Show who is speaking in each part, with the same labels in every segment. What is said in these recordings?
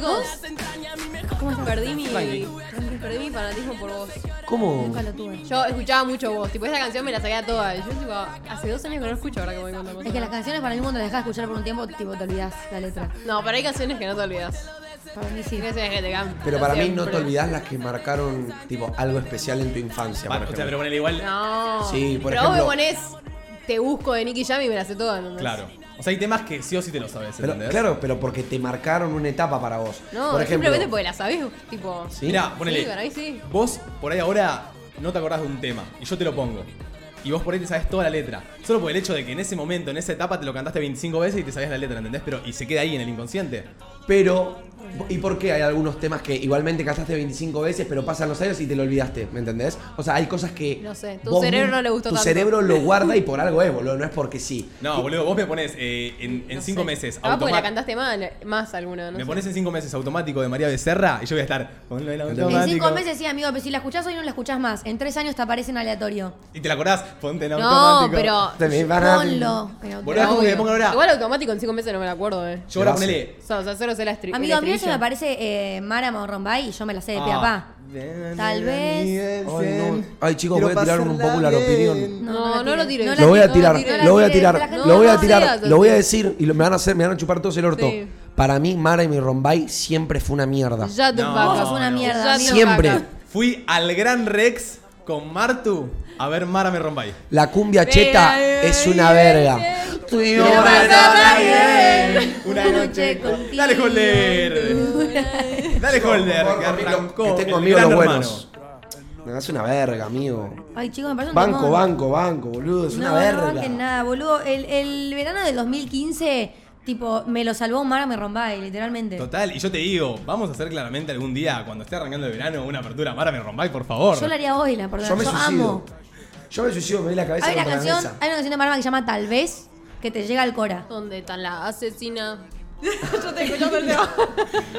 Speaker 1: vos? ¿Cómo perdí mi, perdí mi fanatismo por vos.
Speaker 2: ¿Cómo?
Speaker 3: Nunca lo tuve.
Speaker 1: Yo escuchaba mucho vos, tipo esa canción me la sabía toda. Y Yo tipo, hace dos años que no escucho ahora que voy contando.
Speaker 3: Es que las canciones para mí cuando las dejas de escuchar por un tiempo, tipo, te olvidas la letra.
Speaker 1: No, pero hay canciones que no te olvidas.
Speaker 3: Para mí sí.
Speaker 1: Hay canciones que te cambian.
Speaker 2: Pero para mí no
Speaker 1: siempre.
Speaker 2: te olvidás las que marcaron tipo algo especial en tu infancia. por
Speaker 4: Bueno, Ah, o sea,
Speaker 2: ejemplo.
Speaker 4: pero ponele igual.
Speaker 1: No.
Speaker 2: Sí, por
Speaker 1: pero
Speaker 2: ejemplo-
Speaker 1: vos me ponés Te busco de Nicky Jam y me la sé toda, ¿entendés?
Speaker 4: Claro. O sea, hay temas que sí o sí te lo sabes,
Speaker 2: Pero-
Speaker 4: ¿entendés?
Speaker 2: claro, pero porque te marcaron una etapa para vos.
Speaker 1: No,
Speaker 2: por ejemplo,
Speaker 1: simplemente porque la sabés, tipo.
Speaker 2: Sí.
Speaker 4: Mira, ponele.
Speaker 1: para mí sí.
Speaker 4: Vos por ahí ahora no te acordás de un tema y yo te lo pongo. Y vos por ahí te sabes toda la letra. Solo por el hecho de que en ese momento, en esa etapa, te lo cantaste 25 veces y te sabías la letra, ¿entendés? Pero y se queda ahí en el inconsciente.
Speaker 2: Pero, ¿y por qué hay algunos temas que igualmente cantaste 25 veces, pero pasan los años y te lo olvidaste? ¿Me entendés? O sea, hay cosas que.
Speaker 1: No sé, tu
Speaker 2: vos
Speaker 1: cerebro
Speaker 2: mismo-
Speaker 1: no le gustó
Speaker 2: Tu
Speaker 1: tanto.
Speaker 2: cerebro lo guarda y por algo es, boludo, no es porque sí.
Speaker 4: No, boludo, vos me pones eh, en, en
Speaker 1: No
Speaker 4: cinco
Speaker 1: sé.
Speaker 4: meses
Speaker 1: Ah, porque la
Speaker 4: automático.
Speaker 1: cantaste mal, más alguna, ¿no?
Speaker 4: me
Speaker 1: sé.
Speaker 4: pones en cinco meses automático de María Becerra y yo voy a estar con lo del automático.
Speaker 3: En cinco meses sí, amigo, pero si la escuchás hoy no la escuchás más. En tres años te aparece en aleatorio.
Speaker 4: Y te la acordás, ponte en
Speaker 1: No,
Speaker 4: automático.
Speaker 1: pero.
Speaker 2: Tenés para-
Speaker 3: Ponlo. en aleatorio.
Speaker 4: Boludo, es como que me pongan ahora.
Speaker 1: Igual automático en cinco meses no me la acuerdo, eh.
Speaker 4: Yo ahora
Speaker 2: Te
Speaker 4: ponele.
Speaker 1: O sea, o sea, cero sé la estri- el
Speaker 3: eh, Amigo, a mí se me
Speaker 1: estribillo.
Speaker 3: aparece eh, Mara Morrombay y yo me la sé de pe a
Speaker 4: Ah.
Speaker 3: pa. Eh, Tal
Speaker 2: Ay,
Speaker 3: vez.
Speaker 2: no. Ay, chicos, voy a tirar un popular opinión.
Speaker 1: No, no lo tires.
Speaker 3: No la
Speaker 2: Lo voy a
Speaker 3: tires,
Speaker 2: tirar,
Speaker 3: no la
Speaker 2: lo voy a
Speaker 3: tires, que la
Speaker 2: tirar,
Speaker 3: gente
Speaker 2: lo voy
Speaker 1: no
Speaker 2: a
Speaker 1: lo
Speaker 2: tirar,
Speaker 1: vea,
Speaker 2: lo voy a
Speaker 1: entonces.
Speaker 2: decir y lo- me van a hacer, me van a chupar todos el orto.
Speaker 1: Sí.
Speaker 2: Para mí, Mara y mi Rombay siempre fue una mierda.
Speaker 1: Ya te
Speaker 4: No,
Speaker 3: Vos
Speaker 1: empacas.
Speaker 3: sos una
Speaker 4: no.
Speaker 3: mierda,
Speaker 1: Ya
Speaker 3: amigo.
Speaker 1: siempre.
Speaker 2: Siempre.
Speaker 4: Fui al Gran Rex con Martu a ver Mara me rombay.
Speaker 2: La cumbia cheta
Speaker 1: Ven,
Speaker 2: es una
Speaker 1: ven,
Speaker 2: verga.
Speaker 1: ven.
Speaker 2: Tu
Speaker 3: Quiero
Speaker 2: obra
Speaker 3: pasarla
Speaker 2: era-
Speaker 3: bien.
Speaker 4: Una noche
Speaker 3: contigo.
Speaker 4: Dale, Holder. Dale, Holder, que arrancó.
Speaker 2: Que tengo
Speaker 4: el
Speaker 2: amigos
Speaker 4: gran
Speaker 2: los
Speaker 4: hermano.
Speaker 2: buenos. Me das una verga, amigo.
Speaker 3: Ay, chicos, me parece un
Speaker 2: Banco,
Speaker 3: temón.
Speaker 2: banco, banco, boludo. Es una
Speaker 3: No, no
Speaker 2: verga.
Speaker 3: banquen nada, boludo. El, el verano del 2015, tipo, me lo salvó Mara Morrombay, literalmente.
Speaker 4: Total, y yo te digo, vamos a hacer claramente algún día, cuando esté arrancando el verano, una apertura a Mara me rombay, por favor.
Speaker 3: Yo la haría hoy, la perdón.
Speaker 2: Yo me
Speaker 3: yo
Speaker 2: suicido.
Speaker 3: amo.
Speaker 2: Yo me suicido, me doy la cabeza
Speaker 3: Hay una
Speaker 2: contra la
Speaker 3: canción,
Speaker 2: mesa.
Speaker 3: hay una canción de Marma que se llama Tal vez, que te llega al cora.
Speaker 1: ¿Dónde está la asesina? Yo te escucho todo el tema.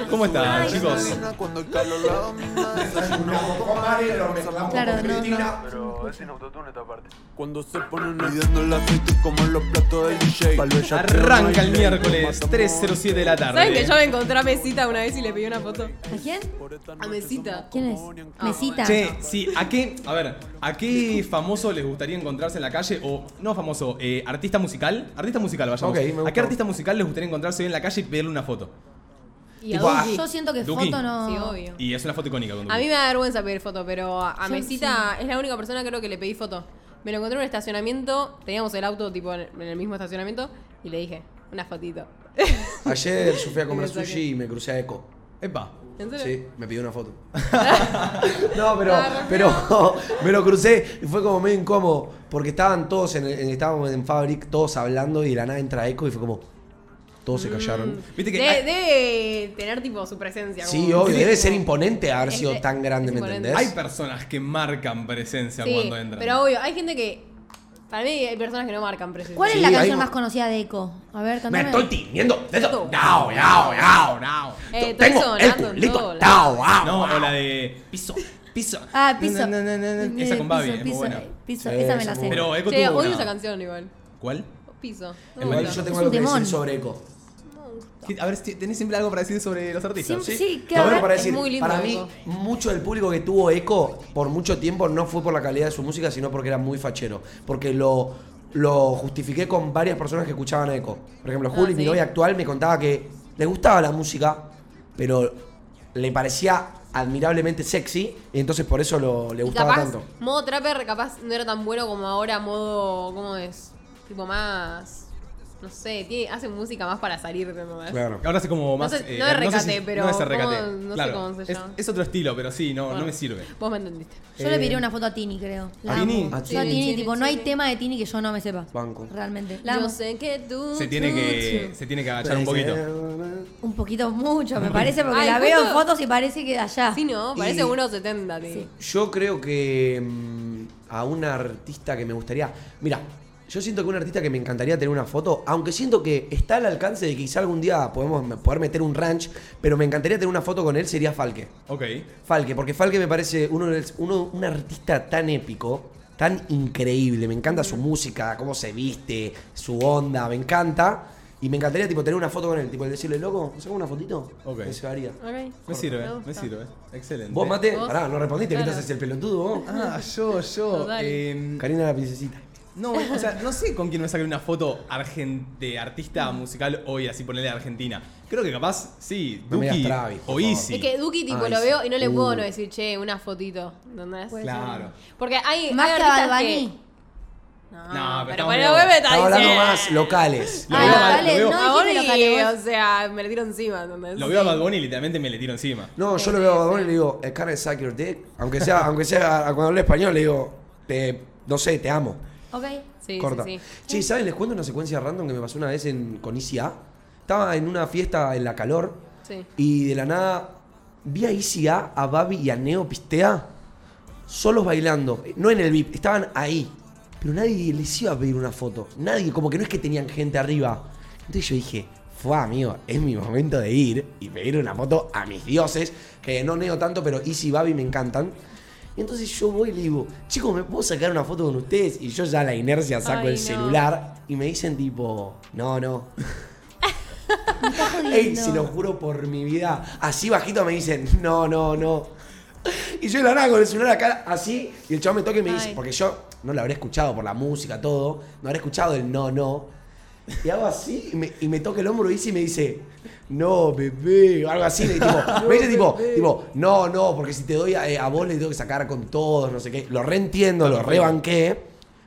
Speaker 4: ¿Cómo están, chicos?
Speaker 5: Cuando el calor la domina,
Speaker 3: Claro, no, no.
Speaker 6: Pero es sin autotune esta parte.
Speaker 5: Cuando se ponen olvidando el aceite como en los platos del DJ. Pa'l bellaqueo no
Speaker 4: Arranca
Speaker 5: hay
Speaker 4: el
Speaker 5: ley,
Speaker 4: miércoles,
Speaker 5: matamos
Speaker 4: 3.07 de la tarde.
Speaker 1: ¿Saben que yo me encontré a Mesita una vez y le pedí una foto?
Speaker 3: ¿A quién?
Speaker 1: A Mesita.
Speaker 3: ¿Quién es?
Speaker 1: Ah,
Speaker 3: Mesita.
Speaker 4: Che, sí, ¿a qué, a ver, ¿a qué famoso les gustaría encontrarse en la calle? O, no famoso, eh, artista musical. Artista musical, vayamos.
Speaker 2: Ok, me gusta.
Speaker 4: ¿A qué artista musical les gustaría encontrarse hoy en la calle y pedirle una foto?
Speaker 1: Y a
Speaker 4: Tipo,
Speaker 2: ah.
Speaker 1: Duki.
Speaker 3: Yo siento que
Speaker 4: Duki.
Speaker 3: foto no.
Speaker 1: Sí, obvio.
Speaker 4: Y es una foto icónica. con
Speaker 1: A
Speaker 4: Duki.
Speaker 1: mí me da vergüenza pedir foto, pero a a
Speaker 3: Yo
Speaker 1: Mesita es la única persona creo que le pedí foto. Me lo encontré en un estacionamiento, teníamos el auto tipo en en el mismo estacionamiento y le dije, una fotito.
Speaker 2: Ayer yo fui a
Speaker 1: Me
Speaker 2: comer
Speaker 1: saqué.
Speaker 2: sushi y me crucé a Eco.
Speaker 4: Epa.
Speaker 1: ¿En serio?
Speaker 2: Sí, me pidió una foto. no, pero,
Speaker 1: Ah,
Speaker 2: pero me lo crucé y fue como medio incómodo porque estaban todos en, en- estábamos en Fabric, todos hablando y de la nada entra Eco y fue como todos
Speaker 1: Mm,
Speaker 2: se callaron.
Speaker 4: Viste que
Speaker 1: De-
Speaker 4: hay,
Speaker 1: debe tener tipo su presencia.
Speaker 2: Sí,
Speaker 1: como-
Speaker 2: obvio, debe ser imponente haber
Speaker 1: Es
Speaker 2: sido
Speaker 1: que-
Speaker 2: tan grande,
Speaker 1: es
Speaker 2: ¿me
Speaker 1: imponente.
Speaker 2: entendés?
Speaker 4: hay personas que marcan presencia
Speaker 1: Sí,
Speaker 4: cuando entran.
Speaker 1: pero obvio, hay gente que... Para mí hay personas que no marcan presencia.
Speaker 3: ¿Cuál es
Speaker 2: Sí,
Speaker 3: la canción
Speaker 2: hay-
Speaker 3: más conocida de Eco? A ver,
Speaker 2: me
Speaker 3: cantame.
Speaker 2: estoy tiñendo. de eso.
Speaker 1: Tú.
Speaker 2: Yao, yao, yao, yao.
Speaker 1: Eh, estoy
Speaker 2: Tengo el
Speaker 1: sonando en
Speaker 2: culito.
Speaker 1: todo lado.
Speaker 2: Yao, yao,
Speaker 4: No,
Speaker 2: yao.
Speaker 4: o la de piso, piso.
Speaker 3: Ah, piso.
Speaker 4: Na, na, na, na,
Speaker 1: Mm,
Speaker 4: na. Esa con Babi, es muy
Speaker 3: piso,
Speaker 4: buena.
Speaker 3: piso,
Speaker 2: Sí,
Speaker 3: esa
Speaker 2: esa
Speaker 3: me la
Speaker 2: es
Speaker 3: sé.
Speaker 2: muy
Speaker 4: Pero eh, Eco
Speaker 1: eh. Che,
Speaker 4: tuvo
Speaker 1: odio
Speaker 4: una-
Speaker 1: esa canción igual.
Speaker 4: ¿Cuál?
Speaker 1: Piso. No
Speaker 4: Es
Speaker 1: me
Speaker 2: Igual
Speaker 1: gusta.
Speaker 2: yo
Speaker 3: Es
Speaker 2: tengo
Speaker 3: un
Speaker 2: algo que
Speaker 3: temón.
Speaker 2: decir sobre Eco.
Speaker 4: A ver, si- tenés siempre algo para decir sobre los artistas.
Speaker 3: Siempre- Sí, que
Speaker 2: No,
Speaker 3: ahora
Speaker 2: pero para
Speaker 1: es
Speaker 2: decir,
Speaker 1: muy lindo
Speaker 2: para mí,
Speaker 1: Eco.
Speaker 2: mucho del público que tuvo Eco por mucho tiempo no fue por la calidad de su música, sino porque era muy fachero. Porque lo, lo justifiqué con varias personas que escuchaban Eco. Por ejemplo, Juli, mi
Speaker 1: Ah, sí.
Speaker 2: novia actual, me contaba que le gustaba la música, pero le parecía admirablemente sexy, y entonces por eso lo, le
Speaker 1: Y
Speaker 2: gustaba
Speaker 1: capaz,
Speaker 2: tanto.
Speaker 1: modo trapper capaz no era tan bueno como ahora, modo, ¿cómo es? Tipo más, no sé, tiene, hace música más para salir, ¿no?
Speaker 2: Claro.
Speaker 4: Ahora hace como más.
Speaker 1: sé- no
Speaker 4: a
Speaker 1: es
Speaker 4: ver,
Speaker 1: recate,
Speaker 4: si-
Speaker 1: pero
Speaker 4: No es
Speaker 1: ¿cómo?
Speaker 4: recate.
Speaker 1: No sé
Speaker 4: Claro,
Speaker 1: cómo se
Speaker 4: es,
Speaker 1: llama.
Speaker 4: es otro estilo, pero sí, no, no me sirve.
Speaker 1: Vos me entendiste.
Speaker 3: Yo le pediría una foto a Tini, creo. La
Speaker 4: ¿A
Speaker 3: amo.
Speaker 4: Tini?
Speaker 2: A
Speaker 3: Yo a
Speaker 2: Tini.
Speaker 3: Tini, tipo, no hay
Speaker 1: Tini.
Speaker 3: tema de Tini que yo no me sepa.
Speaker 2: Banco.
Speaker 3: Realmente. La
Speaker 1: Yo
Speaker 3: amo.
Speaker 1: sé que tú...
Speaker 4: Se tiene que, se tiene que agachar un poquito.
Speaker 3: Un poquito mucho, me parece, porque
Speaker 1: Ay,
Speaker 3: la veo en
Speaker 1: justo-
Speaker 3: fotos y parece que de allá.
Speaker 1: Sí, ¿no? Parece
Speaker 2: Y-
Speaker 1: 1.70, tío.
Speaker 2: Yo creo que mm, a un artista que me gustaría. Mira, yo siento que un artista que me encantaría tener una foto, aunque siento que está al alcance de que quizá algún día podemos me- poder meter un ranch, pero me encantaría tener una foto con él, sería Falke.
Speaker 4: Ok.
Speaker 2: Falke, porque Falke me parece uno, de los- uno- un artista tan épico, tan increíble. Me encanta su música, cómo se viste, su onda, me encanta. Y me encantaría tipo tener una foto con él, tipo decirle, loco, ¿sacamos una fotito?
Speaker 4: Ok.
Speaker 2: Me llevaría.
Speaker 1: Ok.
Speaker 4: Me sirve,
Speaker 1: Me
Speaker 4: me,
Speaker 1: gusta.
Speaker 4: sirve. Excelente.
Speaker 2: Vos, Mate,
Speaker 1: Vos-
Speaker 2: pará, no respondiste, ¿qué te
Speaker 1: Claro.
Speaker 2: haces el pelotudo vos?
Speaker 4: Ah, yo, yo.
Speaker 1: Total.
Speaker 4: em,
Speaker 2: Karina la princesita.
Speaker 4: no, o sea, no sé con quién me saqué una foto argen- de artista musical hoy, así ponerle de Argentina. Creo que capaz, sí,
Speaker 2: No me digas
Speaker 4: Duki
Speaker 2: Travis, por
Speaker 4: o
Speaker 2: favor.
Speaker 4: Easy.
Speaker 1: Es que Duki tipo
Speaker 2: Ay,
Speaker 1: lo
Speaker 2: sí.
Speaker 1: veo y no le puedo
Speaker 2: Uh.
Speaker 1: no decir, che, una fotito. ¿Entendés?
Speaker 3: Puede
Speaker 4: Claro.
Speaker 1: Porque hay,
Speaker 3: Pues. Más
Speaker 1: hay
Speaker 3: que a
Speaker 1: artistas
Speaker 3: Bad
Speaker 1: que...
Speaker 3: Bunny.
Speaker 1: No,
Speaker 4: pero
Speaker 1: pero
Speaker 4: estamos
Speaker 1: bueno,
Speaker 4: hablando-
Speaker 1: vos me estás
Speaker 2: Estaba hablando
Speaker 1: diciendo-
Speaker 2: más locales.
Speaker 4: Lo
Speaker 3: Ah,
Speaker 4: veo a-
Speaker 3: vale,
Speaker 4: lo veo-
Speaker 3: no,
Speaker 1: A Bad
Speaker 3: dijiste
Speaker 1: Bunny,
Speaker 3: locales, vos.
Speaker 1: o sea, me le tiro encima, ¿entendés?
Speaker 4: Lo veo a Bad Bunny y literalmente me le tiro encima.
Speaker 2: No, yo lo veo a Bad Bunny y le digo, eh, can I suck your dick? Aunque sea, aunque sea cuando hablo español, le digo, te, no sé, te amo.
Speaker 3: Ok.
Speaker 1: Sí,
Speaker 2: Corta.
Speaker 1: sí, sí.
Speaker 2: Che, ¿saben? Les cuento una secuencia random que me pasó una vez en, con Easy A. Estaba en una fiesta en la calor
Speaker 1: Sí.
Speaker 2: y de la nada vi a Easy A, a Babi y a Neo Pistea solos bailando. No en el VIP, estaban ahí. Pero nadie les iba a pedir una foto. Nadie, como que no es que tenían gente arriba. Entonces yo dije, fue amigo, es mi momento de ir y pedir una foto a mis dioses, que no neo tanto, pero Easy y Babi me encantan. Y entonces yo voy y le digo, chicos, ¿me puedo sacar una foto con ustedes? Y yo ya la inercia saco
Speaker 1: Ay,
Speaker 2: el
Speaker 1: no.
Speaker 2: celular y me dicen tipo, no, no.
Speaker 3: jodiendo.
Speaker 2: Ey, se lo juro por mi vida. Así bajito me dicen, no, no, no. Y yo de la nada con el celular acá, así, y el chabón me toca y me dice,
Speaker 1: Ay.
Speaker 2: porque yo no lo habré escuchado por la música, todo, no habré escuchado el no, no. Y hago así, y me, y me toca el hombro y me dice, no, bebé, o algo así. y tipo, me dice tipo, tipo, no, no, porque si te doy a, eh, a vos le tengo que sacar con todos, no sé qué. Lo reentiendo, lo rebanqué,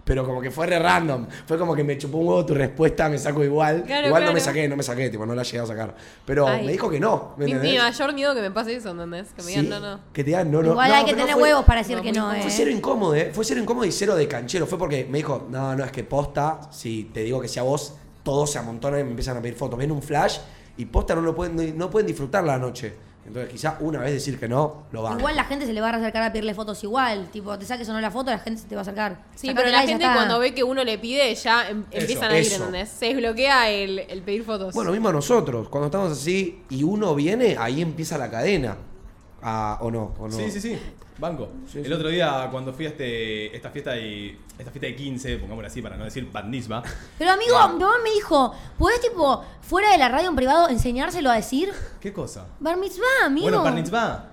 Speaker 2: pero como que fue re random. Fue como que me chupó un huevo tu respuesta, me saco igual.
Speaker 1: Claro,
Speaker 2: igual no me
Speaker 1: claro.
Speaker 2: saqué, no me saqué, tipo, no la llegué a sacar. Pero
Speaker 1: Ay.
Speaker 2: me dijo que no, ¿me
Speaker 1: Mi, mi
Speaker 2: entendés?
Speaker 1: mayor miedo que me pase eso, ¿entendés? Que me digan,
Speaker 2: Sí,
Speaker 1: no, no.
Speaker 2: Que te digan, no, no.
Speaker 3: Igual
Speaker 2: no,
Speaker 3: hay que
Speaker 2: pero no
Speaker 3: tener
Speaker 2: fue-
Speaker 3: huevos para decir
Speaker 1: no,
Speaker 3: que
Speaker 1: muy
Speaker 3: no,
Speaker 1: incómodo.
Speaker 2: Fue
Speaker 3: ¿eh?
Speaker 2: cero incómodo, ¿eh? Fue cero incómodo y cero de canchero. Fue porque me dijo, no, no, es que posta, si te digo que sea vos, todos se amontonan y me empiezan a pedir fotos. Ven un flash y posta no lo pueden, no pueden disfrutar la noche. Entonces quizá una vez decir que no, lo van.
Speaker 3: Igual la gente se le va a acercar a pedirle fotos igual. Tipo, te saques o no la foto, la gente se te va a acercar.
Speaker 1: Sí,
Speaker 3: Sacátela
Speaker 1: pero la
Speaker 3: y ya
Speaker 1: gente
Speaker 3: está.
Speaker 1: cuando ve que uno le pide ya em- empiezan a ir,
Speaker 2: eso.
Speaker 1: ¿entendés? Se desbloquea el, el pedir fotos.
Speaker 2: Bueno, mismo a nosotros. Cuando estamos así y uno viene, ahí empieza la cadena. Ah, o no, o no.
Speaker 4: Sí, sí, sí. Banco. el otro día cuando fui a este, esta fiesta y esta fiesta de 15, pongámoslo así para no decir pandisma.
Speaker 3: Pero amigo, mi mamá me dijo, ¿podés tipo, fuera de la radio en privado, enseñárselo a decir?
Speaker 4: ¿Qué cosa?
Speaker 3: Bar mitzvah, amigo.
Speaker 4: Bueno, bar mitzvah.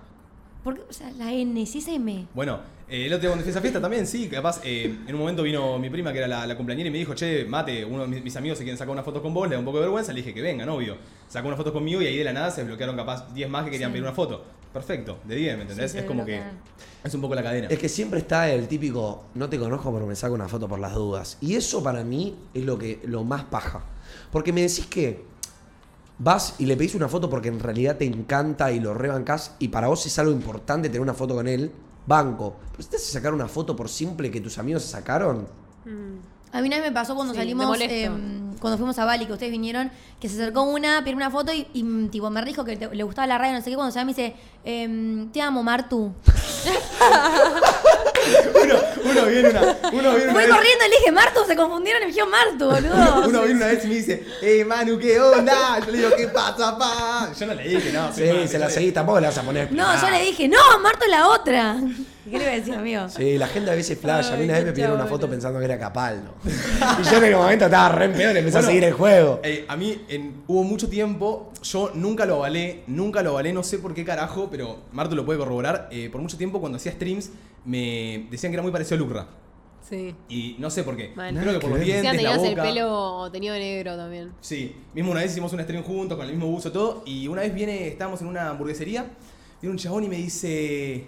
Speaker 3: Porque, o sea, la N, sí se me.
Speaker 4: Bueno, eh, el otro día cuando fui a esa fiesta también, sí, capaz, eh, en un momento vino mi prima, que era la, la cumpleañera, y me dijo, che, mate, uno de mis, mis amigos se quieren sacar una foto con vos, le da un poco de vergüenza, le dije que vengan, obvio. Sacó una foto conmigo y ahí de la nada se bloquearon capaz 10 más que querían pedir una foto. Perfecto, de 10, ¿me entendés?
Speaker 3: se
Speaker 4: es como que
Speaker 3: desbloquearon.
Speaker 4: es un poco la cadena.
Speaker 2: Es que siempre está el típico, no te conozco, pero me saco una foto por las dudas. Y eso para mí es lo, que, lo más paja. Porque me decís que vas y le pedís una foto porque en realidad te encanta y lo rebancás y para vos es algo importante tener una foto con él, banco. Pero si te hace sacar una foto por simple que tus amigos se sacaron,
Speaker 3: A mí una vez me pasó cuando
Speaker 1: Sí, me
Speaker 3: salimos,
Speaker 1: molesto.
Speaker 3: eh, cuando fuimos a Bali, que ustedes vinieron, que se acercó una, pidió una foto y, y, mm, tipo me dijo que te- le gustaba la radio, no sé qué, cuando se llama me dice, em, te amo, Martu.
Speaker 4: uno, uno viene una, uno viene una
Speaker 3: Fui
Speaker 4: vez-
Speaker 3: corriendo y le dije, Martu, se confundieron y me dijeron Martu, boludo.
Speaker 4: Uno viene una vez y me dice, eh, Manu, ¿qué onda? Yo le digo, ¿qué pasa, pa? Ah, Yo no le dije, no. soy
Speaker 2: sí,
Speaker 4: Manu,
Speaker 2: se
Speaker 4: yo
Speaker 2: la
Speaker 4: le-
Speaker 2: seguís, tampoco la vas a poner.
Speaker 3: No, yo le dije, no, Martu es la otra. ¿Qué le iba a decir, amigo?
Speaker 2: Sí, la gente a veces flash. A mí
Speaker 1: Ay,
Speaker 2: una vez me
Speaker 1: qué
Speaker 2: pidieron una
Speaker 1: chabón.
Speaker 2: foto pensando que era Capaldo. y yo en el momento estaba re en pedo y empecé
Speaker 4: Bueno,
Speaker 2: a seguir el juego.
Speaker 4: Eh, a mí en- hubo mucho tiempo, yo nunca lo avalé, nunca lo avalé, no sé por qué carajo, pero Marto lo puede corroborar. eh, por mucho tiempo cuando hacía streams me decían que era muy parecido a Lucra.
Speaker 1: sí.
Speaker 4: Y no sé por qué.
Speaker 1: Mal.
Speaker 4: Creo que por los
Speaker 2: Nada que ver.
Speaker 1: Decían
Speaker 4: dientes, la
Speaker 1: tenías el
Speaker 4: boca.
Speaker 1: pelo teñido de negro también.
Speaker 4: Sí, mismo una vez hicimos un stream juntos con el mismo buzo todo y una vez viene, estábamos en una hamburguesería, viene un chabón y me dice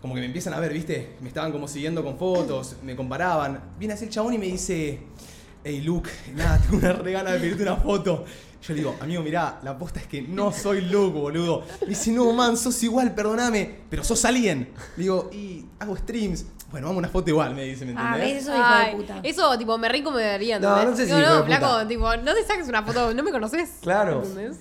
Speaker 4: como que me empiezan a ver, ¿viste? Me estaban como siguiendo con fotos, me comparaban. Viene así el chabón y me dice, "Hey, Luke, nada, tengo una regana de pedirte una foto." Yo le digo, "Amigo, mirá, la posta es que no soy Luke, boludo." Me dice, "No, man, sos igual, perdóname, pero sos alguien." Le digo, "Y hago streams." Bueno, vamos a una foto igual, me dice, ¿me
Speaker 3: Ah,
Speaker 4: entendés?
Speaker 3: ¿ves? Eso hijo de
Speaker 1: Ay,
Speaker 3: puta.
Speaker 1: Eso, tipo, me rico me daría.
Speaker 2: No,
Speaker 1: ¿entendés?
Speaker 2: no sé si
Speaker 1: Digo,
Speaker 2: hijo de
Speaker 1: no,
Speaker 2: puta.
Speaker 1: flaco, tipo, no te saques una foto, no me conoces.
Speaker 2: Claro.
Speaker 1: ¿Entendés?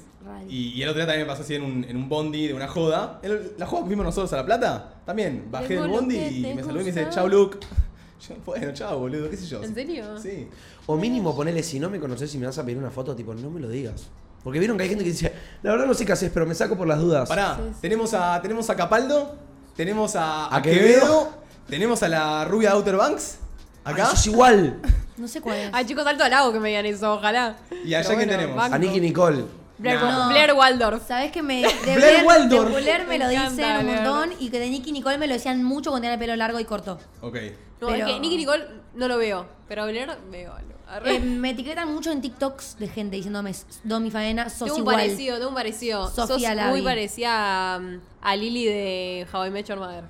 Speaker 4: Y, y el otro día también me pasó así en un, en un bondi de una joda. El- la joda que fuimos nosotros a La Plata, también. Bajé
Speaker 3: Tengo
Speaker 4: del
Speaker 3: lo
Speaker 4: bondi
Speaker 3: que
Speaker 4: y
Speaker 3: te
Speaker 4: me saludó y me dice,
Speaker 3: gusta.
Speaker 4: chau Luke. Yo, bueno, chau boludo, qué sé yo.
Speaker 1: ¿En serio?
Speaker 4: Sí.
Speaker 2: O mínimo ponele, si no me conoces y me vas a pedir una foto, tipo, no me lo digas. Porque vieron que hay gente que dice, la verdad no sé qué haces, pero me saco por las dudas.
Speaker 4: Pará, Tenemos, a, tenemos a Capaldo, tenemos a,
Speaker 2: ¿A
Speaker 4: Quevedo,
Speaker 2: Quevedo?
Speaker 4: tenemos a la rubia de Outer Banks,
Speaker 2: Ay,
Speaker 4: acá.
Speaker 2: sos igual.
Speaker 3: No sé cuál es.
Speaker 1: Ay, chicos, salto al lago que me digan eso, ojalá.
Speaker 4: ¿Y allá
Speaker 1: Pero
Speaker 4: quién
Speaker 1: bueno,
Speaker 4: tenemos?
Speaker 1: banco.
Speaker 2: A Nicky Nicole.
Speaker 1: Blair,
Speaker 4: No.
Speaker 1: Blair Waldorf.
Speaker 3: Sabes que me de
Speaker 4: Blair
Speaker 3: Blair,
Speaker 4: Waldorf.
Speaker 3: de Blair me lo
Speaker 1: Me encanta,
Speaker 3: dicen un
Speaker 1: Blair.
Speaker 3: montón y que de Nicky Nicole me lo decían mucho cuando tenía el pelo largo y corto.
Speaker 4: Ok.
Speaker 1: No,
Speaker 3: Pero-
Speaker 1: es que Nicky Nicole no lo veo, pero Blair veo algo. Arre.
Speaker 3: Eh, me etiquetan mucho en TikToks de gente diciéndome "S- Domi Faena, sos
Speaker 1: tengo un
Speaker 3: igual.
Speaker 1: parecido, tengo un parecido.
Speaker 3: Sofía
Speaker 1: Sos
Speaker 3: Lavi.
Speaker 1: muy parecida a, um, a Lily de How I Met Your Mother.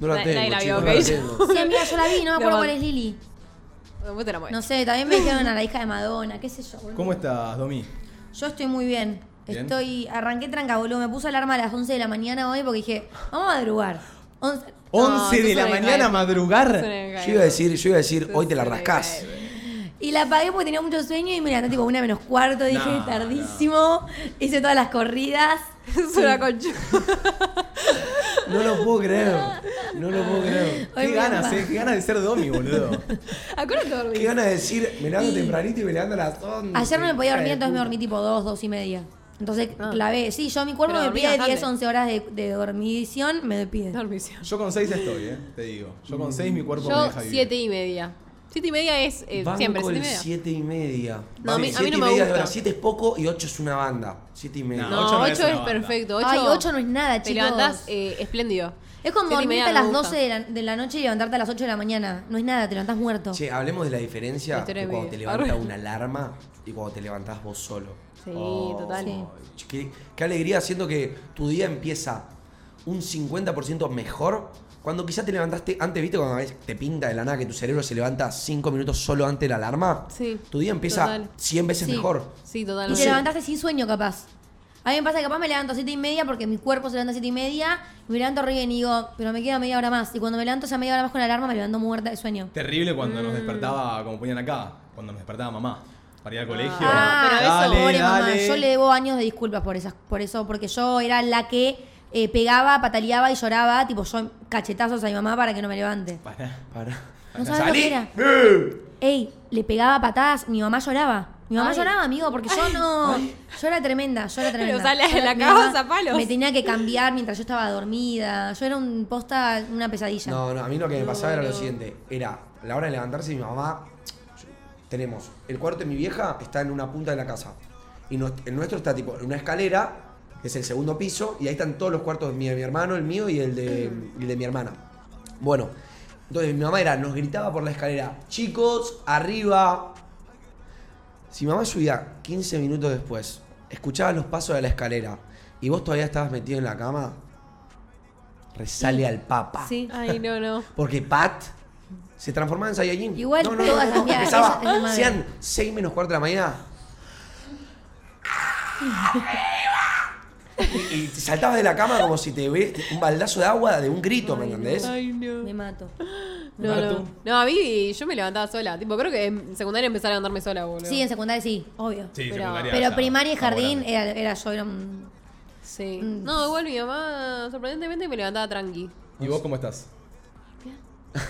Speaker 2: No la
Speaker 1: Nadie-
Speaker 2: tengo,
Speaker 1: nadie la vio,
Speaker 2: chicos, no la
Speaker 1: ok.
Speaker 2: tengo.
Speaker 3: Sí, amiga, yo la vi, no me acuerdo
Speaker 1: No,
Speaker 3: cuál es Lili.
Speaker 1: Vos te la mueves.
Speaker 3: No sé, también me dijeron a la hija de Madonna, qué sé yo. boludo.
Speaker 4: ¿Cómo estás, Domi?
Speaker 3: Yo estoy muy bien.
Speaker 4: Bien.
Speaker 3: Estoy, arranqué tranca, boludo. Me puse alarma a las 11 de la mañana hoy porque dije, vamos a madrugar. 11.
Speaker 4: 11
Speaker 1: sos
Speaker 4: de la
Speaker 1: una
Speaker 4: mañana
Speaker 1: hija.
Speaker 4: a madrugar.
Speaker 1: Suena
Speaker 2: Yo iba a decir, yo iba a decir, hoy te la
Speaker 1: Sí,
Speaker 2: rascás.
Speaker 1: sí.
Speaker 3: Y la apagué porque tenía mucho sueño y me levanté tipo una menos cuarto, dije,
Speaker 4: No,
Speaker 3: tardísimo. Hice todas las corridas.
Speaker 1: Es una concha.
Speaker 2: No lo puedo creer. No lo puedo creer.
Speaker 3: Hoy
Speaker 4: Qué
Speaker 3: me
Speaker 4: ganas,
Speaker 3: apa-
Speaker 4: eh, qué ganas de ser Domi, boludo.
Speaker 1: ¿A cuál te dormís?
Speaker 2: Qué ganas de decir, me levanto
Speaker 3: Y-
Speaker 2: tempranito y me levanto a las 11.
Speaker 3: Ayer no me podía dormir,
Speaker 2: Hija de
Speaker 3: entonces
Speaker 2: puta.
Speaker 3: me dormí tipo 2, 2 y media. Entonces
Speaker 1: Ah.
Speaker 3: clavé. Sí, yo mi cuerpo
Speaker 1: Pero
Speaker 3: me
Speaker 1: dormí
Speaker 3: pide
Speaker 1: bastante.
Speaker 3: 10, 11 horas de, de dormición, me pide.
Speaker 1: Dormición.
Speaker 4: Yo con 6 estoy, eh, te digo. Yo con 6 mi cuerpo me
Speaker 1: Yo
Speaker 4: deja vivir.
Speaker 1: siete y media. Siete y media es eh,
Speaker 2: Banco
Speaker 1: siempre,
Speaker 2: el
Speaker 1: siete y media.
Speaker 2: 7 y media.
Speaker 1: No, a mí- a mí
Speaker 2: Siete
Speaker 1: no
Speaker 2: y
Speaker 1: me
Speaker 2: media,
Speaker 1: gusta.
Speaker 2: 7 es poco y 8 es una banda. 7 y media.
Speaker 4: No,
Speaker 1: No,
Speaker 4: ocho
Speaker 1: ocho,
Speaker 4: no es una
Speaker 1: es
Speaker 4: banda.
Speaker 1: perfecto. Ocho,
Speaker 3: Ay, 8 no es nada,
Speaker 1: Te
Speaker 3: chicos.
Speaker 1: levantás eh, espléndido.
Speaker 3: es como
Speaker 1: Siete y
Speaker 3: dormirte
Speaker 1: media
Speaker 3: a
Speaker 1: no
Speaker 3: las
Speaker 1: me gusta.
Speaker 3: 12 de la, de la noche y levantarte a las 8 de la mañana. No es nada, te levantás muerto.
Speaker 2: Che, hablemos de la diferencia
Speaker 1: La historia
Speaker 2: de
Speaker 1: de
Speaker 2: cuando
Speaker 1: mi
Speaker 2: te
Speaker 1: vida.
Speaker 2: levanta
Speaker 1: Arre.
Speaker 2: una alarma y cuando te levantás vos solo.
Speaker 1: Sí,
Speaker 2: Oh,
Speaker 1: total.
Speaker 2: che, Qué, qué alegría siendo que tu día empieza un 50% mejor. Cuando quizá te levantaste antes, ¿viste? Cuando a veces te pinta de la nada que tu cerebro se levanta 5 minutos solo antes de la alarma.
Speaker 1: Sí,
Speaker 2: Tu día empieza
Speaker 1: total.
Speaker 2: 100 veces
Speaker 3: Sí.
Speaker 2: mejor.
Speaker 1: Sí,
Speaker 3: Y
Speaker 1: totalmente.
Speaker 3: te levantaste sin sueño, capaz. A mí me pasa que capaz me levanto a 7 y media porque mi cuerpo se levanta a 7 y media. y me levanto re bien y digo, pero me queda media hora más. Y cuando me levanto esa media hora más con la alarma, me levanto muerta de sueño.
Speaker 4: Terrible cuando
Speaker 3: Mm.
Speaker 4: nos despertaba, como ponían acá, cuando nos despertaba mamá para ir al colegio.
Speaker 1: Ah, pero eso,
Speaker 4: dale,
Speaker 3: pobre mamá.
Speaker 4: dale.
Speaker 3: Yo le debo años de disculpas por, esas, por eso, porque yo era la que eh, pegaba, pataleaba y lloraba, tipo yo cachetazos a mi mamá para que no me levante.
Speaker 4: Pará.
Speaker 2: Para.
Speaker 3: No
Speaker 4: Salí. ¡Eh!
Speaker 3: sabes lo que era. Ey, le pegaba patadas, mi mamá lloraba. Mi mamá
Speaker 1: Ay.
Speaker 3: lloraba, amigo, porque yo no. Yo era tremenda, yo era tremenda.
Speaker 1: sale
Speaker 3: Yo
Speaker 1: de
Speaker 3: era-
Speaker 1: la
Speaker 3: mi
Speaker 1: cama
Speaker 3: mamá
Speaker 1: a palos.
Speaker 3: Me tenía que cambiar mientras yo estaba dormida. Yo era un posta, una pesadilla.
Speaker 2: No, no, a mí lo que me pasaba era lo siguiente. Era la hora de levantarse mi mamá. Tenemos el cuarto de mi vieja está en una punta de la casa. Y nos- el nuestro está tipo en una escalera, que es el segundo piso, y ahí están todos los cuartos de mi, de mi hermano, el mío y el de, y el de mi hermana. Bueno, entonces mi mamá era, nos gritaba por la escalera, chicos, arriba. Si mi mamá subía 15 minutos después, escuchaba los pasos de la escalera y vos todavía estabas metido en la cama, resale al papa.
Speaker 3: Sí.
Speaker 1: Ay, no, no.
Speaker 2: Porque Pat se transformaba en Saiyajin.
Speaker 3: Igual todas las miradas,
Speaker 2: Empezaba,
Speaker 3: esa es la madre.
Speaker 2: sean 6 menos cuarto de la mañana. Y, y te saltabas de la cama como si te ve un baldazo de agua de un grito, ¿me entendés?
Speaker 1: Ay, no.
Speaker 3: Me mato.
Speaker 1: No,
Speaker 4: Martu.
Speaker 1: no. No, a mí yo me levantaba sola. Tipo, creo que en secundaria empecé a levantarme sola, boludo.
Speaker 3: Sí, en secundaria sí, obvio.
Speaker 4: Sí,
Speaker 1: Pero-
Speaker 4: secundaria
Speaker 3: Pero
Speaker 4: ya.
Speaker 3: primaria y jardín eh.
Speaker 4: Ahora.
Speaker 3: era, era yo, era un-
Speaker 1: Sí.
Speaker 3: Mm.
Speaker 1: No, igual mi mamá sorprendentemente me levantaba tranqui.
Speaker 4: ¿Y vos cómo estás?